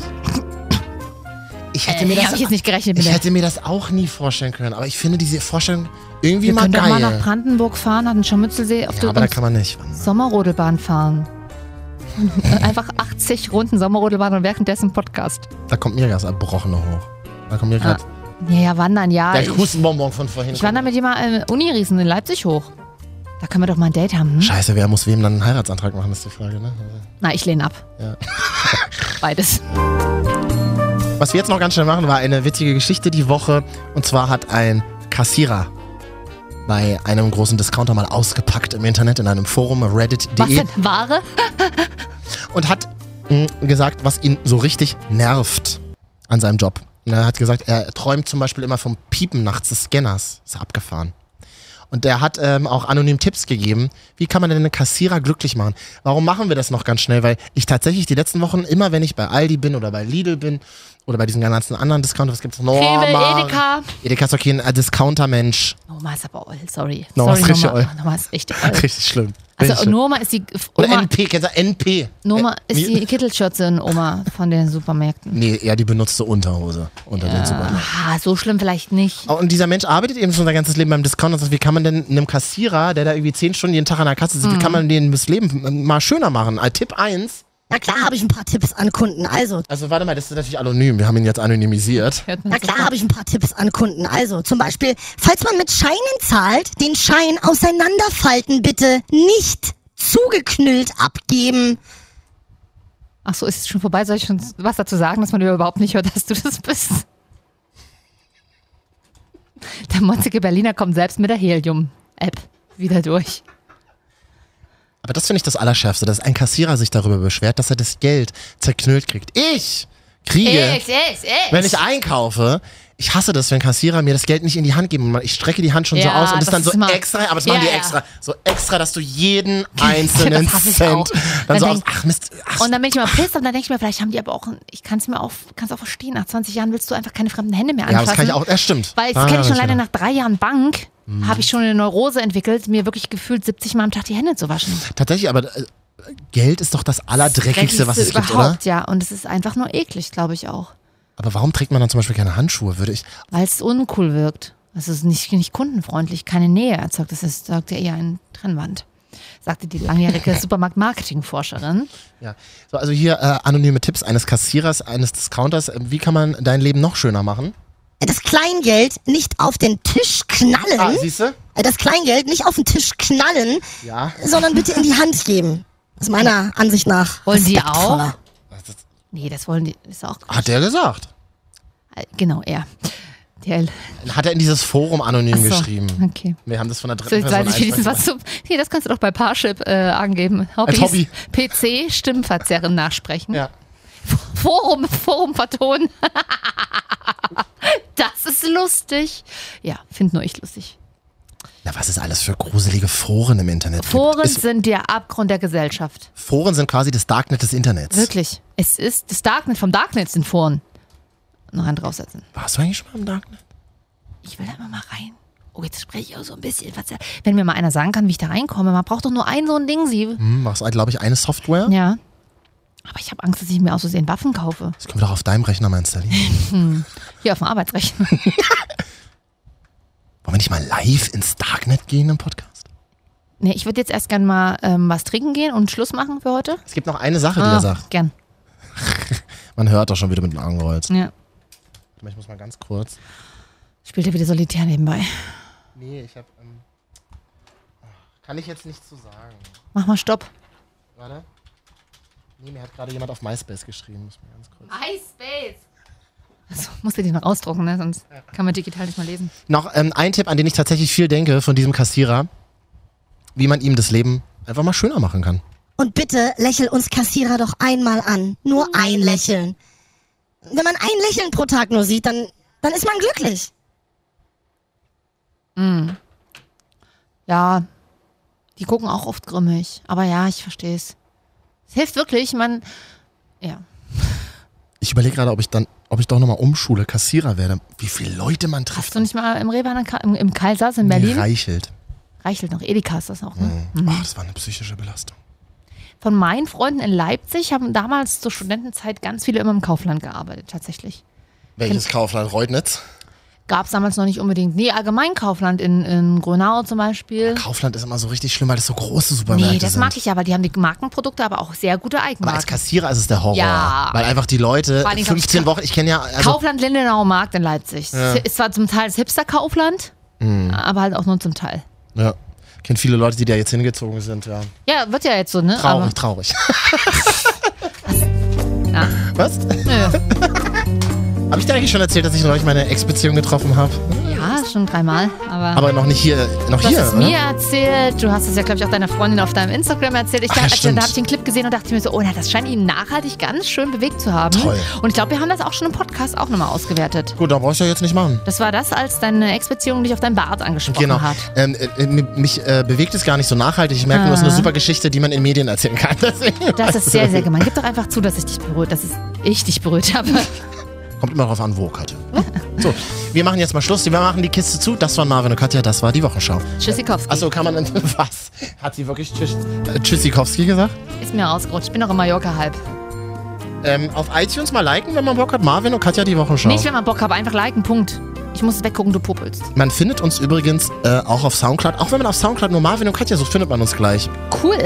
S3: Ich hätte mir
S1: äh,
S3: das
S1: habe ich jetzt nicht gerechnet mit
S3: Ich
S1: der
S3: hätte mir das auch nie vorstellen können, aber ich finde diese Vorstellung irgendwie
S1: Wir
S3: mal
S1: können doch
S3: geil.
S1: mal nach Brandenburg fahren, an den Scharmützelsee auf
S3: ja,
S1: der
S3: aber da kann man nicht. wandern.
S1: Sommerrodelbahn fahren. Einfach 80 Runden Sommerrodelbahn und währenddessen Podcast.
S3: Da kommt mir das Erbrochene hoch. Da kommt mir gerade
S1: Ja, ja, wandern, ja.
S3: der
S1: Ah, Ich,
S3: Hustenbonbon von vorhin.
S1: ich wandere mit jemandem äh, Uniriesen in Leipzig hoch. Da können wir doch mal ein Date haben. Hm?
S3: Scheiße, wer muss wem dann einen Heiratsantrag machen, ist die Frage, ne?
S1: Na, ich lehne ab.
S3: Ja.
S1: Beides.
S3: Was wir jetzt noch ganz schnell machen, war eine witzige Geschichte die Woche. Und zwar hat ein Kassierer bei einem großen Discounter mal ausgepackt im Internet, in einem Forum,
S1: Was
S3: reddit.de,
S1: denn? Ware?
S3: und hat mh, gesagt, was ihn so richtig nervt an seinem Job. Und er hat gesagt, er träumt zum Beispiel immer vom Piepen nachts des Scanners. Ist er abgefahren. Und er hat ähm, auch anonym Tipps gegeben, wie kann man denn einen Kassierer glücklich machen? Warum machen wir das noch ganz schnell? Weil ich tatsächlich die letzten Wochen, immer wenn ich bei Aldi bin oder bei Lidl bin oder bei diesen ganzen anderen Discountern, was gibt's noch?
S1: Hebel,
S3: Norma-
S1: Edeka.
S3: Edeka ist doch kein äh, Discounter-Mensch.
S1: Norma ist aber oll, sorry.
S3: Norma
S1: sorry,
S3: ist richtig
S1: Norma.
S3: oll.
S1: Norma ist richtig oll.
S3: Richtig schlimm. Richtig
S1: Also
S3: schlimm.
S1: Norma ist die
S3: Oder
S1: Oma,
S3: NP, kennst du NP?
S1: Norma
S3: Äh,
S1: ist
S3: wie-
S1: die Kittelschürze in Oma von den Supermärkten.
S3: Nee, eher die benutzte Unterhose unter den Supermärkten.
S1: Ah, so schlimm vielleicht nicht.
S3: Oh, Und dieser Mensch arbeitet eben schon sein ganzes Leben beim Discounter. Also wie kann man denn einem
S1: Mhm.
S3: Kassierer, der da irgendwie zehn Stunden jeden Tag an der Kasse sitzt, wie kann man den das Leben mal schöner machen? Äh, Tipp 1,
S9: Na klar habe ich ein paar Tipps an Kunden. Also,
S3: Also warte mal, das ist natürlich anonym. Wir haben ihn jetzt anonymisiert.
S9: na klar habe ich ein paar Tipps an Kunden. Also, zum Beispiel, falls man mit Scheinen zahlt, den Schein auseinanderfalten bitte. Nicht zugeknüllt abgeben.
S1: Ach so, ist es schon vorbei? Soll ich schon was dazu sagen, dass man überhaupt nicht hört, dass du das bist? Der motzige Berliner kommt selbst mit der Helium-App wieder durch.
S3: Aber das finde ich das Allerschärfste, dass ein Kassierer sich darüber beschwert, dass er das Geld zerknüllt kriegt. Ich kriege,
S1: yes, yes.
S3: wenn ich einkaufe, ich hasse das, wenn Kassierer mir das Geld nicht in die Hand geben. Ich strecke die Hand schon so
S1: Ja,
S3: aus und das,
S1: das
S3: dann so
S1: ist immer-
S3: extra, aber das machen
S1: Ja,
S3: die
S1: ja.
S3: extra, so extra, dass du jeden einzelnen
S1: Das hasse ich auch.
S3: Cent dann
S1: Dann
S3: so
S1: denk-
S3: aus, ach Mist, ach,
S1: Und dann bin ich immer pisst und dann denke ich mir, vielleicht haben die aber auch, ich kann es mir auch, kann's auch verstehen, nach 20 Jahren willst du einfach keine fremden Hände mehr
S3: ja,
S1: anfassen.
S3: aber das kann ich auch, das stimmt. Mhm.
S1: Weil
S3: Ah,
S1: das kenne ich schon
S3: das
S1: leider
S3: wieder.
S1: nach drei Jahren Bank, habe ich schon eine Neurose entwickelt, mir wirklich gefühlt 70 Mal am Tag die Hände zu waschen.
S3: Tatsächlich, aber äh, Geld ist doch das Allerdreckigste, Ah, was es
S1: Dreckigste
S3: gibt, oder?
S1: überhaupt, ja. Und es ist einfach nur eklig, glaube ich auch.
S3: Aber warum trägt man dann zum Beispiel keine Handschuhe? Würde ich,
S1: Weil es uncool wirkt. Es ist nicht, nicht kundenfreundlich, keine Nähe erzeugt. Das ist, sagt ja eher ein Trennwand. Sagte die langjährige Supermarkt-Marketing-Forscherin.
S3: Ja, so, also hier äh, anonyme Tipps eines Kassierers, eines Discounters. Ähm, Wie kann man dein Leben noch schöner machen?
S9: Das Kleingeld nicht auf den Tisch knallen.
S3: Ah, siehst du?
S9: das Kleingeld nicht auf den Tisch knallen,
S3: Ja.
S9: sondern bitte in die Hand geben. Das ist meiner Ansicht nach.
S1: Wollen die
S9: respektvoller.
S1: Nee, das wollen die, ist auch,
S3: Hat der gesagt.
S1: äh, genau, er. Der,
S3: Hat er in dieses Forum anonym
S1: Ach so,
S3: geschrieben.
S1: okay.
S3: Wir haben das von der dritten
S1: Jetzt
S3: Person
S1: weiß ich wenigstens was
S3: einsprechen
S1: zu. Hier, das kannst du doch bei Parship äh, angeben.
S3: Als
S1: Hobbys,
S3: Hobby.
S1: PC, Stimmverzerren nachsprechen.
S3: Ja.
S1: Forum, Forum vertonen. das ist lustig. Ja, finde nur ich lustig.
S3: Na, was ist alles für gruselige Foren im Internet? gibt?
S1: Foren
S3: Ist,
S1: sind der Abgrund der Gesellschaft.
S3: Foren sind quasi das Darknet des Internets.
S1: Wirklich. Es ist das Darknet vom Darknet sind Foren. Noch einen draufsetzen.
S3: Warst du eigentlich schon mal im Darknet?
S1: Ich will da immer mal rein. Oh, jetzt spreche ich auch so ein bisschen. Was, wenn mir mal einer sagen kann, wie ich da reinkomme, man braucht doch nur ein so ein Ding, sie.
S3: Hm, machst du, glaube ich, eine Software?
S1: Ja. Aber ich habe Angst, dass ich mir aus Versehen Waffen kaufe.
S3: Das können wir doch auf deinem Rechner mal installieren.
S1: Hier auf dem Arbeitsrechner.
S3: Wollen wir nicht mal live ins Darknet gehen im Podcast?
S1: Nee, ich würde jetzt erst gern mal ähm, was trinken gehen und Schluss machen für heute.
S3: Es gibt noch eine Sache, die
S1: Ah.
S3: er sagt.
S1: Gern.
S3: Man hört doch schon wieder mit dem Augen gerollt.
S1: Ja.
S3: Ich muss mal ganz kurz.
S1: Spielt er wieder solitär nebenbei.
S3: Nee, ich hab. Ähm, kann ich jetzt nicht zu sagen.
S1: Mach mal Stopp.
S3: Warte. Nee, mir hat gerade jemand auf MySpace geschrieben. Muss mir ganz kurz.
S1: MySpace. Also, musst du den noch ausdrucken, ne? sonst kann man digital nicht mal lesen.
S3: Noch ähm, ein Tipp, an den ich tatsächlich viel denke von diesem Kassierer, wie man ihm das Leben einfach mal schöner machen kann.
S9: Und bitte lächel uns Kassierer doch einmal an. Nur ein Lächeln. Wenn man ein Lächeln pro Tag nur sieht, dann, dann ist man glücklich.
S1: Ja, die gucken auch oft grimmig. Aber ja, ich verstehe es. Es hilft wirklich, man. Ja.
S3: Ich überlege gerade, ob ich dann, ob ich doch nochmal umschule, Kassierer werde. Wie viele Leute man trifft.
S1: Hast du nicht mal im Rewe, an der Ka- im, im Kaisers in
S3: die
S1: Berlin?
S3: reichelt.
S1: Reichelt noch. Edeka ist das auch, ne?
S3: Ach, das war eine psychische Belastung.
S1: von meinen Freunden in Leipzig haben damals zur Studentenzeit ganz viele immer im Kaufland gearbeitet, tatsächlich.
S3: Welches Kaufland? Reutnitz?
S1: Gab es damals noch nicht unbedingt. Nee, allgemein Kaufland in, in Grönau zum Beispiel.
S3: Kaufland ist immer so richtig schlimm, weil das so große Supermärkte
S1: Hm. Nee, das
S3: sind.
S1: mag ich ja, weil die haben die Markenprodukte, aber auch sehr gute
S3: Aber als
S1: Eigenmarken.
S3: Kassierer ist es der Horror.
S1: Ja.
S3: Weil einfach die Leute,
S1: Vor allen Dingen, glaub ich,
S3: 15 Wochen, ich kenne ja, also
S1: Kaufland Lindenauer Markt in Leipzig. Ist zwar zum Teil das Hipster-Kaufland, aber halt auch nur zum Teil.
S3: Ja. Kennt viele Leute, die da jetzt hingezogen sind, ja.
S1: Ja, wird ja jetzt so, ne?
S3: Traurig, traurig.
S1: Na.
S3: Was? Habe ich dir eigentlich schon erzählt, dass ich neulich meine Ex-Beziehung getroffen habe?
S1: Aber, ja, schon dreimal. Aber,
S3: Aber noch nicht hier. Noch
S1: du
S3: hier, ne?
S1: hast es
S3: oder?
S1: mir erzählt. Du hast es ja, glaube ich, auch deiner Freundin auf deinem Instagram erzählt. Ich
S3: Ach ja,
S1: dachte, da
S3: stimmt.
S1: habe ich den Clip gesehen und dachte mir so, oh, na, das scheint ihn nachhaltig ganz schön bewegt zu haben.
S3: Toll.
S1: Und ich glaube, wir haben das auch schon im Podcast auch nochmal ausgewertet.
S3: Gut, da brauchst du ja jetzt nicht machen.
S1: Das war das, als deine Ex-Beziehung dich auf deinen Bart angesprochen
S3: Genau.
S1: hat.
S3: Ähm, äh, mich äh, bewegt es gar nicht so nachhaltig. Ich merke nur,
S1: Ah.
S3: es ist eine super Geschichte, die man in Medien erzählen kann. Deswegen
S1: Das ist sehr, sehr gemein. Gib doch einfach zu, dass ich dich berührt, dass es- ich dich berührt habe.
S3: Kommt immer darauf an, wo, Katja. So, wir machen jetzt mal Schluss. Wir machen die Kiste zu. Das waren Marvin und Katja, das war die Wochenschau.
S1: Tschüssikowski.
S3: Achso, kann man. Was? Hat sie wirklich Tschüss, äh, Tschüssikowski gesagt?
S1: Ist mir rausgerutscht. Ich bin noch in Mallorca halb.
S3: Ähm, auf iTunes mal liken, wenn man Bock hat. Marvin und Katja die Wochenschau.
S1: Nicht, wenn man Bock hat, einfach liken, Punkt. Ich Ich muss weggucken, du popelst.
S3: Man findet uns übrigens äh, auch auf Soundcloud. Auch wenn man auf Soundcloud nur Marvin und Katja sucht, findet man uns gleich.
S1: Cool.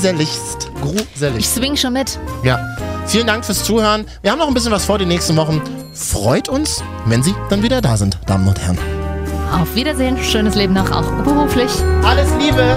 S3: Gruseligst.
S1: Ich
S3: Gruselig.
S1: swing schon mit.
S3: Ja. Vielen Dank fürs Zuhören. Wir haben noch ein bisschen was vor die nächsten Wochen. Freut uns, wenn Sie dann wieder da sind, Damen und Herren.
S1: Auf Wiedersehen. Schönes Leben noch, auch beruflich.
S3: Alles Liebe!